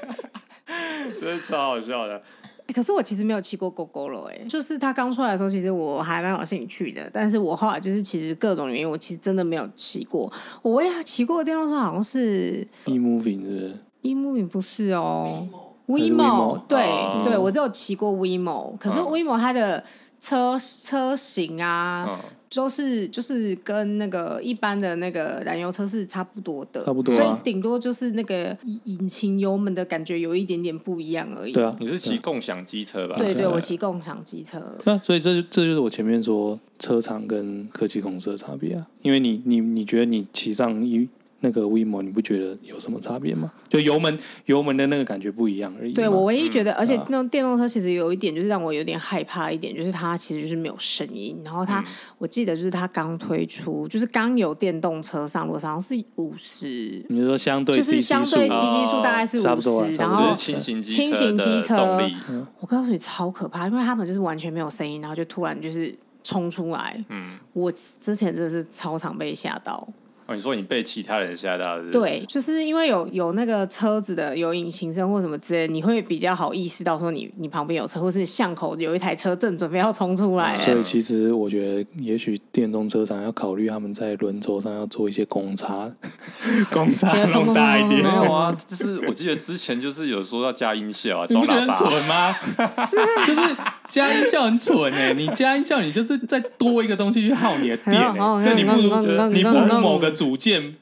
[SPEAKER 2] 真的超好笑的。
[SPEAKER 3] <laughs> 欸可是我其实没有骑过狗狗了，哎，就是它刚出来的时候，其实我还蛮有兴趣的，但是我后来就是其实各种原因，我其实真的没有骑过。我唯一骑过的电动车好像是
[SPEAKER 1] e moving 是不是？
[SPEAKER 3] 一木影，不是哦
[SPEAKER 1] 是 Wemo
[SPEAKER 3] 对、
[SPEAKER 2] 哦
[SPEAKER 3] 对，我只有骑过 WeMo，可是
[SPEAKER 1] 嗯
[SPEAKER 3] WeMo 它的车车型啊，
[SPEAKER 2] 嗯，
[SPEAKER 3] 都是就是跟那个一般的那个燃油车是差不多的，
[SPEAKER 1] 差不多啊
[SPEAKER 3] 所以顶多就是那个引引擎油门的感觉有一点点不一样而已。
[SPEAKER 1] 对啊，
[SPEAKER 2] 你是骑共享机车吧？
[SPEAKER 3] 对对，我骑共享机车。
[SPEAKER 1] 那所以这就这就是我前面说车厂跟科技公司的差别啊，因为你你你觉得你骑上一那个 WeMo，你不觉得有什么差别吗？就油门油门的那个感觉不一样而已嘛。
[SPEAKER 3] 对我唯一觉得，而且
[SPEAKER 1] 啊
[SPEAKER 3] 那种电动车其实有一点就是让我有点害怕一点，就是它其实就是没有声音。然后它，
[SPEAKER 1] 嗯
[SPEAKER 3] 我记得就是它刚推出，就是刚有电动车上路，好像是五十，
[SPEAKER 1] 你是说相对
[SPEAKER 3] 就是相对
[SPEAKER 1] CC
[SPEAKER 3] 骑
[SPEAKER 1] 数
[SPEAKER 3] 机数大概是
[SPEAKER 1] 差
[SPEAKER 3] 五
[SPEAKER 1] 不多啊
[SPEAKER 3] 十。
[SPEAKER 1] 差
[SPEAKER 3] 然
[SPEAKER 1] 不多
[SPEAKER 2] 就
[SPEAKER 3] 后
[SPEAKER 2] 是轻型机
[SPEAKER 3] 轻型机
[SPEAKER 2] 的
[SPEAKER 3] 车
[SPEAKER 2] 动力，
[SPEAKER 3] 我告诉你超可怕，因为他们就是完全没有声音，然后就突然就是冲出来。
[SPEAKER 2] 嗯，
[SPEAKER 3] 我之前真的是超常被吓到。
[SPEAKER 2] 哦，你说你被其他人吓到是不是？
[SPEAKER 3] 对，就是因为有有那个车子的有引擎声或什么之类，你会比较好意识到说你你旁边有车，或是巷口有一台车正准备要冲出来
[SPEAKER 1] 所
[SPEAKER 3] 了。
[SPEAKER 1] 以其实我觉得，也许电动车厂要考虑他们在轮轴上要做一些公差， <laughs> 公差
[SPEAKER 3] 对
[SPEAKER 1] 弄大一点
[SPEAKER 2] 没。
[SPEAKER 1] <laughs>
[SPEAKER 2] 有啊，就是我记得之前就是有说要加音效啊，
[SPEAKER 1] 你
[SPEAKER 2] 装
[SPEAKER 1] 不觉得
[SPEAKER 2] 喇
[SPEAKER 1] 很
[SPEAKER 2] 叭。啊
[SPEAKER 1] 蠢吗？<laughs>
[SPEAKER 2] <laughs>
[SPEAKER 1] 就是加音效很蠢哎、你加音效，你就是再多一个东西去耗你的电哎、
[SPEAKER 3] 哦
[SPEAKER 1] 那你不
[SPEAKER 3] 嗯嗯
[SPEAKER 1] 如
[SPEAKER 3] 嗯
[SPEAKER 1] 你不
[SPEAKER 3] 嗯
[SPEAKER 1] 如
[SPEAKER 3] 嗯
[SPEAKER 1] 某个组件，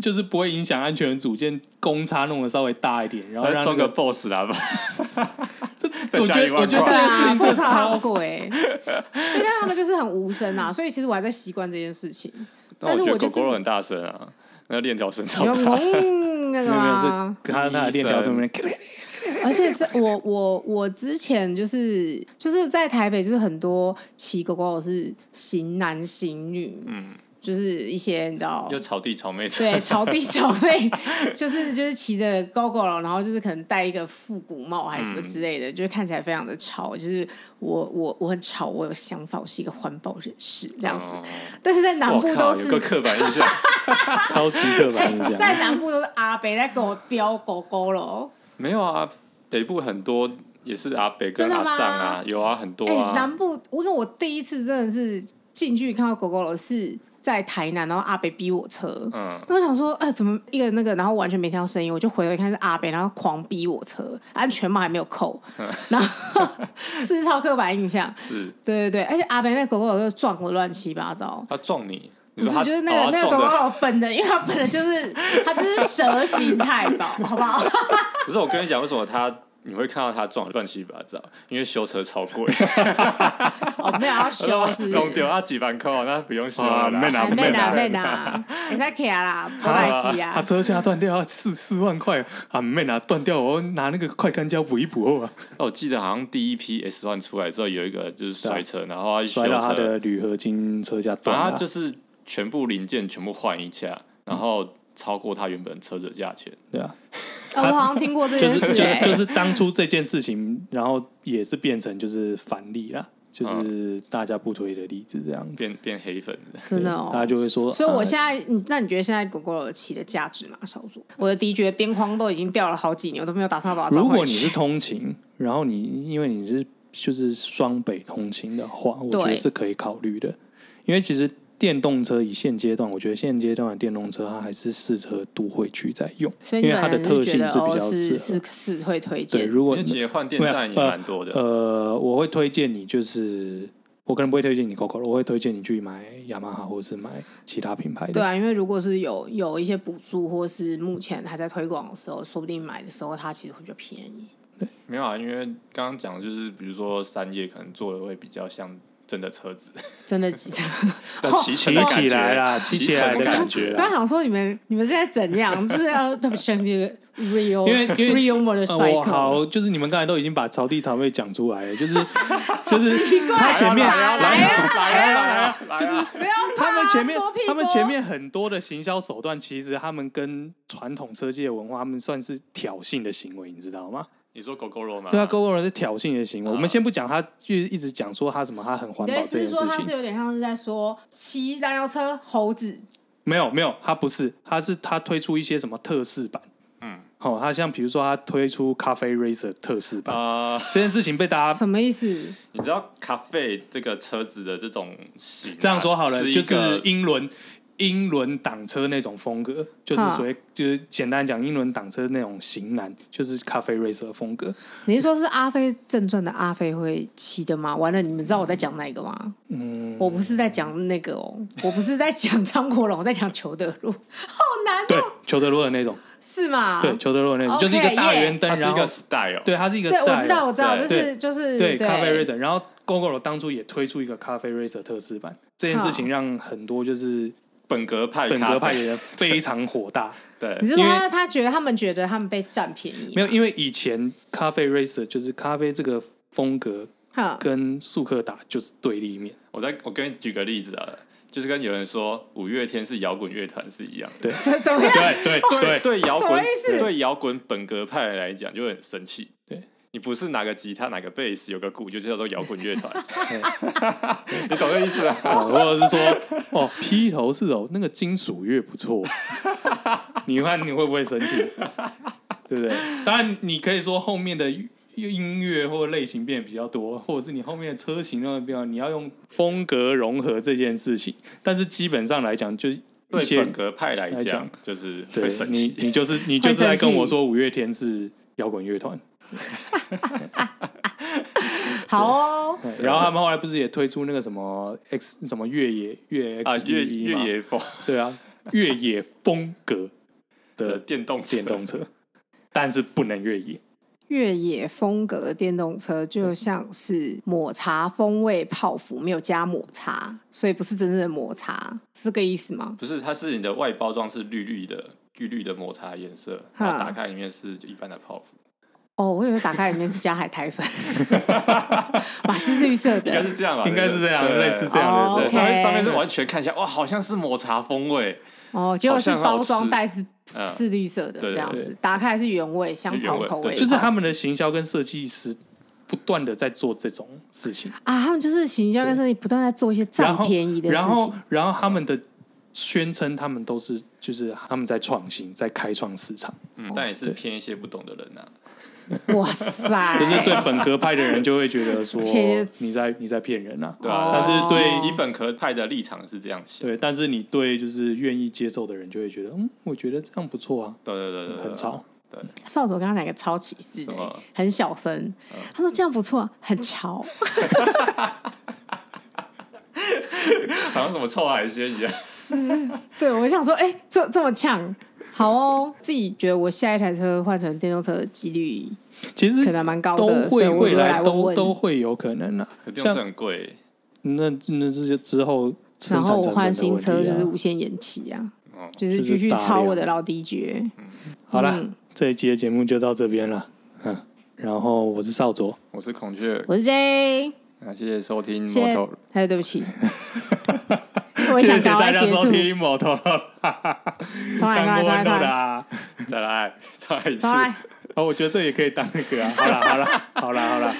[SPEAKER 1] 就是不会影响安全的组件，公差弄得稍微大一点，然后让、那
[SPEAKER 2] 装个 BOSS 喇叭，
[SPEAKER 1] <laughs>
[SPEAKER 2] 再
[SPEAKER 1] 我觉
[SPEAKER 2] 加一
[SPEAKER 1] 得
[SPEAKER 2] 万
[SPEAKER 1] 我觉得这
[SPEAKER 3] 对
[SPEAKER 1] 件事
[SPEAKER 3] 啊，
[SPEAKER 1] 情
[SPEAKER 3] 不
[SPEAKER 1] 真的
[SPEAKER 3] 超
[SPEAKER 1] 超
[SPEAKER 3] 贵。欸对，但他们就是很无声啊，所以其实我还在习惯这件事情。
[SPEAKER 2] 但
[SPEAKER 3] 但是
[SPEAKER 2] 我觉
[SPEAKER 3] 我
[SPEAKER 2] 得
[SPEAKER 3] 就
[SPEAKER 2] 狗
[SPEAKER 3] 是
[SPEAKER 2] 狗很大声啊，那链条声超
[SPEAKER 3] 你就
[SPEAKER 2] 大。
[SPEAKER 3] 嗡那
[SPEAKER 1] 没
[SPEAKER 3] 个
[SPEAKER 2] 啊
[SPEAKER 1] 有没有
[SPEAKER 3] 吗？
[SPEAKER 1] 是他他的链条上面，
[SPEAKER 3] 啊而且这我我我之前就是就是在台北，就是很多骑狗狗是型男型女，嗯，就是一些你知道
[SPEAKER 2] 又草地草莓车，
[SPEAKER 3] <laughs> 对，
[SPEAKER 2] <laughs>
[SPEAKER 3] 草地小妹就是就是骑着 GoGo 然后就是可能戴一个复古帽还是什
[SPEAKER 2] 嗯
[SPEAKER 3] 么之类的，就是看起来非常的潮。就是我我我很潮，我有想法，我是一个环保人士这样子。
[SPEAKER 2] 哦
[SPEAKER 3] 但是在南
[SPEAKER 2] 我
[SPEAKER 3] 部
[SPEAKER 2] 靠
[SPEAKER 3] 啊都
[SPEAKER 2] 有
[SPEAKER 3] 是
[SPEAKER 2] 个刻板印象，
[SPEAKER 1] 超级刻板印象。
[SPEAKER 3] <laughs> 在南部都是阿北在跟我飙 GoGo 了。
[SPEAKER 2] 没有啊，北部很多也是阿北跟
[SPEAKER 3] 真的
[SPEAKER 2] 阿
[SPEAKER 3] 吗
[SPEAKER 2] 上啊，有啊，很多
[SPEAKER 3] 哎、
[SPEAKER 2] 啊，
[SPEAKER 3] 南部，我因为我第一次真的是近距离看到 GoGo 是在台南，然后阿北逼我车。
[SPEAKER 2] 嗯，
[SPEAKER 3] 那我想说，哎、怎么一个那个，然后完全没听到声音，我就回头一看是阿北，然后狂逼我车，安全帽还没有扣，
[SPEAKER 2] 嗯
[SPEAKER 3] 然后是不是超刻板印象？
[SPEAKER 2] 是
[SPEAKER 3] 对对对，而且阿北那狗狗又撞的乱七八糟。
[SPEAKER 2] 他撞你，你说
[SPEAKER 3] 不是，
[SPEAKER 2] 他
[SPEAKER 3] 就是那个、
[SPEAKER 2] 哦他
[SPEAKER 3] 那个
[SPEAKER 2] 撞
[SPEAKER 3] 狗
[SPEAKER 2] 的，
[SPEAKER 3] 狗本人，因为他本人就是他就是蛇形太保，
[SPEAKER 2] <laughs>
[SPEAKER 3] 好不好？
[SPEAKER 2] 可是我跟你讲，为什么他你会看到他撞乱七八糟？因为修车超贵，
[SPEAKER 3] 我没有要 <laughs> 修，是不
[SPEAKER 2] 弄
[SPEAKER 3] 是？
[SPEAKER 2] 丢他几万块，哦那不用修
[SPEAKER 4] 啊
[SPEAKER 2] 了啦。
[SPEAKER 4] 没拿
[SPEAKER 3] 哎妹啦
[SPEAKER 4] 妹
[SPEAKER 3] 妹啦，你在 K 啦，不来急
[SPEAKER 1] 啊，
[SPEAKER 3] 啊！
[SPEAKER 1] 车架断掉要四四万块啊！妹拿断掉，我拿那个快干胶补一补后啊，
[SPEAKER 2] 哦我记得好像第一批 S One 出来之后，有一个就是摔车，然后他去修
[SPEAKER 1] 摔到他
[SPEAKER 2] 车，
[SPEAKER 1] 的铝合金车架断
[SPEAKER 2] 反正
[SPEAKER 1] 了啊
[SPEAKER 2] 他就。是全部零件全部换一下，然后超过他原本车子的价钱。
[SPEAKER 1] 对啊，
[SPEAKER 3] 哦 <laughs> 我好像听过这
[SPEAKER 1] 就
[SPEAKER 3] 件
[SPEAKER 1] 是
[SPEAKER 3] 事
[SPEAKER 1] 就，是
[SPEAKER 3] 哎
[SPEAKER 1] 就是当初这件事情，然后也是变成就是反例啦，就是大家不推的例子这样子。
[SPEAKER 2] 变变黑粉的，
[SPEAKER 3] 真的
[SPEAKER 1] 对大家
[SPEAKER 3] 哦。
[SPEAKER 1] 就会说，
[SPEAKER 3] 所以我
[SPEAKER 1] 啊
[SPEAKER 3] 现在，你那你觉得现在狗狗骑的价值吗？少佐，我的的确边框都已经掉了好几年，我都没有打算把它装
[SPEAKER 1] 如
[SPEAKER 3] 回
[SPEAKER 1] 果
[SPEAKER 3] 去。
[SPEAKER 1] 你是通勤，然后你因为你是就是双北通勤的话，我觉得
[SPEAKER 3] 对
[SPEAKER 1] 是可以考虑的。因为其实电动车以现阶段，我觉得现阶段的电动车它还是适合都会区在用，
[SPEAKER 3] 所
[SPEAKER 1] 因
[SPEAKER 3] 以你
[SPEAKER 1] 为
[SPEAKER 3] 本
[SPEAKER 1] 它的
[SPEAKER 3] 人
[SPEAKER 1] 特
[SPEAKER 3] 觉
[SPEAKER 1] 性
[SPEAKER 3] 得
[SPEAKER 1] 是比
[SPEAKER 3] 哦
[SPEAKER 1] 较
[SPEAKER 3] 是
[SPEAKER 1] 适合
[SPEAKER 3] 是。是会推
[SPEAKER 1] 对，
[SPEAKER 3] 荐，
[SPEAKER 1] 如果
[SPEAKER 2] 因为其实换电站也蛮多的。
[SPEAKER 1] 呃，我会推荐你就是。我可能不会推荐你 GoGo，我会推荐你去买雅马哈或是买其他品牌的。
[SPEAKER 3] 对啊，因为如果是有有一些补助，或是目前还在推广的时候，说不定买的时候它其实会比较便宜。
[SPEAKER 2] 没有啊，因为刚刚讲的就是，比如说三叶可能做的会比较像真的车
[SPEAKER 1] <laughs>
[SPEAKER 2] 子，
[SPEAKER 3] 真的几折？
[SPEAKER 2] 但骑乘
[SPEAKER 1] 骑哦
[SPEAKER 2] 的感觉
[SPEAKER 1] <laughs> 起来啦，骑
[SPEAKER 2] 骑
[SPEAKER 1] 起来
[SPEAKER 2] 乘
[SPEAKER 1] 的感
[SPEAKER 2] 感
[SPEAKER 1] 觉
[SPEAKER 3] 哦
[SPEAKER 1] 啊
[SPEAKER 3] <laughs> 我
[SPEAKER 1] 啦。
[SPEAKER 3] 刚想说你们你们现在怎样？就是要特别像这个 real，
[SPEAKER 1] 因为因为
[SPEAKER 3] real
[SPEAKER 1] 呃我
[SPEAKER 3] motorcycle。
[SPEAKER 1] 好，就是你们刚才都已经把草地草妹讲出来了，
[SPEAKER 3] <laughs>
[SPEAKER 1] 就是就是
[SPEAKER 3] 怪
[SPEAKER 1] 他前面
[SPEAKER 3] 来啊来
[SPEAKER 1] 来
[SPEAKER 3] 啊
[SPEAKER 2] 来啊来啊来啊，就是
[SPEAKER 3] 不要怕
[SPEAKER 1] 他们前面
[SPEAKER 3] 说屁
[SPEAKER 1] 他们
[SPEAKER 3] 说
[SPEAKER 1] 前面很多的行销手段，其实他们跟传统车界文化，他们算是挑衅的行为，你知道吗？
[SPEAKER 2] 你说狗狗肉吗？
[SPEAKER 1] 对啊，，GoGo 人是挑衅的行为。
[SPEAKER 2] 啊
[SPEAKER 1] 我们先不讲他，就一直讲说他什么他很环
[SPEAKER 3] 你
[SPEAKER 1] 保
[SPEAKER 3] 的意
[SPEAKER 1] 这
[SPEAKER 3] 思
[SPEAKER 1] 件
[SPEAKER 3] 是说
[SPEAKER 1] 事
[SPEAKER 3] 它是
[SPEAKER 1] 情，
[SPEAKER 3] 有点像是在说骑燃油车猴子？
[SPEAKER 1] 没有没有，他不是，他是他推出一些什么特仕版，
[SPEAKER 2] 嗯，
[SPEAKER 1] 好、他像比如说他推出咖啡 Racer 特仕版，
[SPEAKER 2] 啊，
[SPEAKER 1] 这件事情被大家
[SPEAKER 3] 什么意思？
[SPEAKER 2] 你知道咖啡这个车子的这种型啊、
[SPEAKER 1] 这样说好了，
[SPEAKER 2] 是一
[SPEAKER 1] 就
[SPEAKER 2] 个
[SPEAKER 1] 是英伦英伦挡车那种风格，就是所
[SPEAKER 3] 嗯
[SPEAKER 1] 谓就是简单讲，英伦挡车那种型男，就是咖啡 racer 的风格。
[SPEAKER 3] 你是说是《阿飞正传》的阿飞会骑的吗？完了，你们知道我在讲哪个吗？嗯，我不是在讲那个哦，我不是在讲张国荣，我在讲裘德路，好难
[SPEAKER 1] 对
[SPEAKER 3] 哦，，
[SPEAKER 1] 裘德洛的那种，
[SPEAKER 3] 是吗？
[SPEAKER 1] 对，裘德洛的那种，
[SPEAKER 3] OK，
[SPEAKER 1] 就是一个大圆灯，
[SPEAKER 2] 它啊是
[SPEAKER 1] 然
[SPEAKER 2] 一
[SPEAKER 1] 后
[SPEAKER 2] 个 style，
[SPEAKER 1] 对，它是一个
[SPEAKER 3] 对，我知
[SPEAKER 1] style，
[SPEAKER 3] 道，我知道，就
[SPEAKER 2] 对
[SPEAKER 3] 是就是
[SPEAKER 1] 对咖啡 racer，然后 GoGo 当初也推出一个咖啡 racer 特仕版，这件事情让很多就是
[SPEAKER 2] 本格派
[SPEAKER 1] <laughs> 本格
[SPEAKER 2] 咖啡
[SPEAKER 1] 派的人非常火大。
[SPEAKER 2] 对
[SPEAKER 3] 你，是说
[SPEAKER 1] 因为
[SPEAKER 3] 他他觉得他们觉得他们被占便宜，
[SPEAKER 1] <laughs> 没有，因为以前咖啡 racer 就是咖啡这个风格
[SPEAKER 3] 哈，
[SPEAKER 1] 跟速克达就是对立面。
[SPEAKER 2] 我再我跟你举个例子啊，就是跟有人说五月天是摇滚乐团是一样的。
[SPEAKER 3] 怎怎么样？
[SPEAKER 1] 对
[SPEAKER 2] 对对摇
[SPEAKER 3] 什么
[SPEAKER 2] 滚
[SPEAKER 3] 意思
[SPEAKER 2] 对摇滚本格派来讲就会很生气。
[SPEAKER 1] 对
[SPEAKER 2] 你不是拿个吉他拿个贝斯有个鼓就叫做摇滚
[SPEAKER 1] <laughs>
[SPEAKER 2] 乐团，你懂这意思啊？
[SPEAKER 1] 哦，或者是说，哦，披头士哦，那个金属乐不 <laughs> 错，你看你会不会生气？对不对？当然，你可以说后面的音乐或类型变得比较多，或者是你后面的车型那比较，你要用风格融合这件事情，但是基本上来讲，就是一
[SPEAKER 2] 对
[SPEAKER 1] 些
[SPEAKER 2] 本格派来
[SPEAKER 1] 来
[SPEAKER 2] 讲
[SPEAKER 1] 讲
[SPEAKER 2] 就是会
[SPEAKER 1] 对
[SPEAKER 2] 生
[SPEAKER 1] 你
[SPEAKER 2] 气，，
[SPEAKER 1] 你就是你就是在
[SPEAKER 3] 会生
[SPEAKER 1] 跟
[SPEAKER 3] 气
[SPEAKER 1] 我说五月天是摇滚乐团，
[SPEAKER 3] 好哦，
[SPEAKER 1] 对然后他们后来不是也推出那个什么 X 什么越野越野
[SPEAKER 2] 啊
[SPEAKER 1] X
[SPEAKER 2] 越
[SPEAKER 1] D
[SPEAKER 2] 越野风
[SPEAKER 1] 对啊，越野风格
[SPEAKER 2] 的
[SPEAKER 1] 的
[SPEAKER 2] 电动车
[SPEAKER 1] 电动车，但是不能越野。
[SPEAKER 3] 越野风格的电动车就像是抹茶风味泡芙，没有加抹茶，所以不是真正的抹茶，是这个意思吗？
[SPEAKER 2] 不是，它是你的外包装是绿绿的，绿绿的抹茶颜色，
[SPEAKER 3] 哈
[SPEAKER 2] 然后打开里面是一般的泡芙。
[SPEAKER 3] 哦，我以为打开里面是加海苔粉， <laughs> 马是绿色
[SPEAKER 2] 应该是
[SPEAKER 3] 的，
[SPEAKER 2] 这样吧？
[SPEAKER 1] 应该是这样
[SPEAKER 2] 对
[SPEAKER 1] 类似这样
[SPEAKER 2] 对，
[SPEAKER 3] 的 OK
[SPEAKER 2] 上面上面是完全看一下，哇，好像是抹茶风味，
[SPEAKER 3] 哦，结果是
[SPEAKER 2] 好像很好
[SPEAKER 3] 包装
[SPEAKER 2] 吃
[SPEAKER 3] 袋是
[SPEAKER 2] 嗯
[SPEAKER 3] 是绿色的
[SPEAKER 2] 对对
[SPEAKER 3] 这样
[SPEAKER 2] 对
[SPEAKER 3] 子，打开还是原味香
[SPEAKER 2] 原
[SPEAKER 3] 草
[SPEAKER 2] 味
[SPEAKER 3] 口
[SPEAKER 2] 对
[SPEAKER 3] 味，
[SPEAKER 1] 就是他们的行销跟设计师不断的在做这种事情，
[SPEAKER 3] 啊，他们就是行销跟设计不断在做一些占
[SPEAKER 1] 然后
[SPEAKER 3] 便宜的事情，
[SPEAKER 1] 然后然后他们的宣称他们都是就是他们在创新，在开创市场，
[SPEAKER 2] 嗯，但也是偏一些不懂的人啊呐。
[SPEAKER 3] 哇
[SPEAKER 1] <laughs>
[SPEAKER 3] 塞，
[SPEAKER 1] 就是对本格派的人就会觉得说
[SPEAKER 3] <laughs> 骗
[SPEAKER 1] 你在你在骗人啊，
[SPEAKER 2] 对啊，
[SPEAKER 3] 哦
[SPEAKER 1] 但是对
[SPEAKER 2] 以本科派的立场是这样想，
[SPEAKER 1] 对，但是你对就是愿意接受的人就会觉得，嗯，我觉得这样不错啊，
[SPEAKER 2] 对对对对，对
[SPEAKER 1] 很潮，
[SPEAKER 2] 对，
[SPEAKER 3] 少佐刚刚讲一个超歧视的、欸
[SPEAKER 2] 什么
[SPEAKER 3] 很小声，他说这样不错，很潮。
[SPEAKER 2] 好像什么臭海鲜一样，
[SPEAKER 3] 对我想说，哎、这这么呛，好哦。自己觉得我下一台车换成电动车的几率
[SPEAKER 1] 其实
[SPEAKER 3] 可能蛮高的，
[SPEAKER 1] 都
[SPEAKER 3] 所以
[SPEAKER 1] 会
[SPEAKER 3] 我
[SPEAKER 1] 未
[SPEAKER 3] 就
[SPEAKER 1] 来
[SPEAKER 3] 来问
[SPEAKER 1] 都
[SPEAKER 3] 问
[SPEAKER 1] 都会有可能啊，
[SPEAKER 2] 可电动车
[SPEAKER 1] 像
[SPEAKER 2] 很贵
[SPEAKER 1] 那那这些之后生
[SPEAKER 3] 然
[SPEAKER 1] 产
[SPEAKER 3] 后我
[SPEAKER 1] 成
[SPEAKER 3] 换
[SPEAKER 1] 本的
[SPEAKER 3] 新
[SPEAKER 1] 问题
[SPEAKER 3] 车就
[SPEAKER 1] 啊
[SPEAKER 3] 是无限延期啊，
[SPEAKER 2] 哦
[SPEAKER 3] 就是
[SPEAKER 1] 就是
[SPEAKER 3] 继续
[SPEAKER 1] 大量
[SPEAKER 3] 超我的老迪爵。
[SPEAKER 1] 好啦，
[SPEAKER 3] 嗯
[SPEAKER 1] 这一集的节目就到这边了，嗯，然后我是少佐，
[SPEAKER 2] 我是孔雀，
[SPEAKER 3] 我是 J，
[SPEAKER 2] 那谢谢收听
[SPEAKER 1] 嗯
[SPEAKER 3] 谢谢
[SPEAKER 2] Motor。，
[SPEAKER 3] 还有对不起，
[SPEAKER 1] <laughs>
[SPEAKER 3] 我也想赶快结束，
[SPEAKER 1] 《摩托罗
[SPEAKER 3] 重来，重来，重来，重来，
[SPEAKER 1] 拉》。
[SPEAKER 2] 再来，再来一次 <laughs>
[SPEAKER 3] 重。来。
[SPEAKER 1] 哦，我觉得这也可以当那个啊，好啦好啦好啦好啦，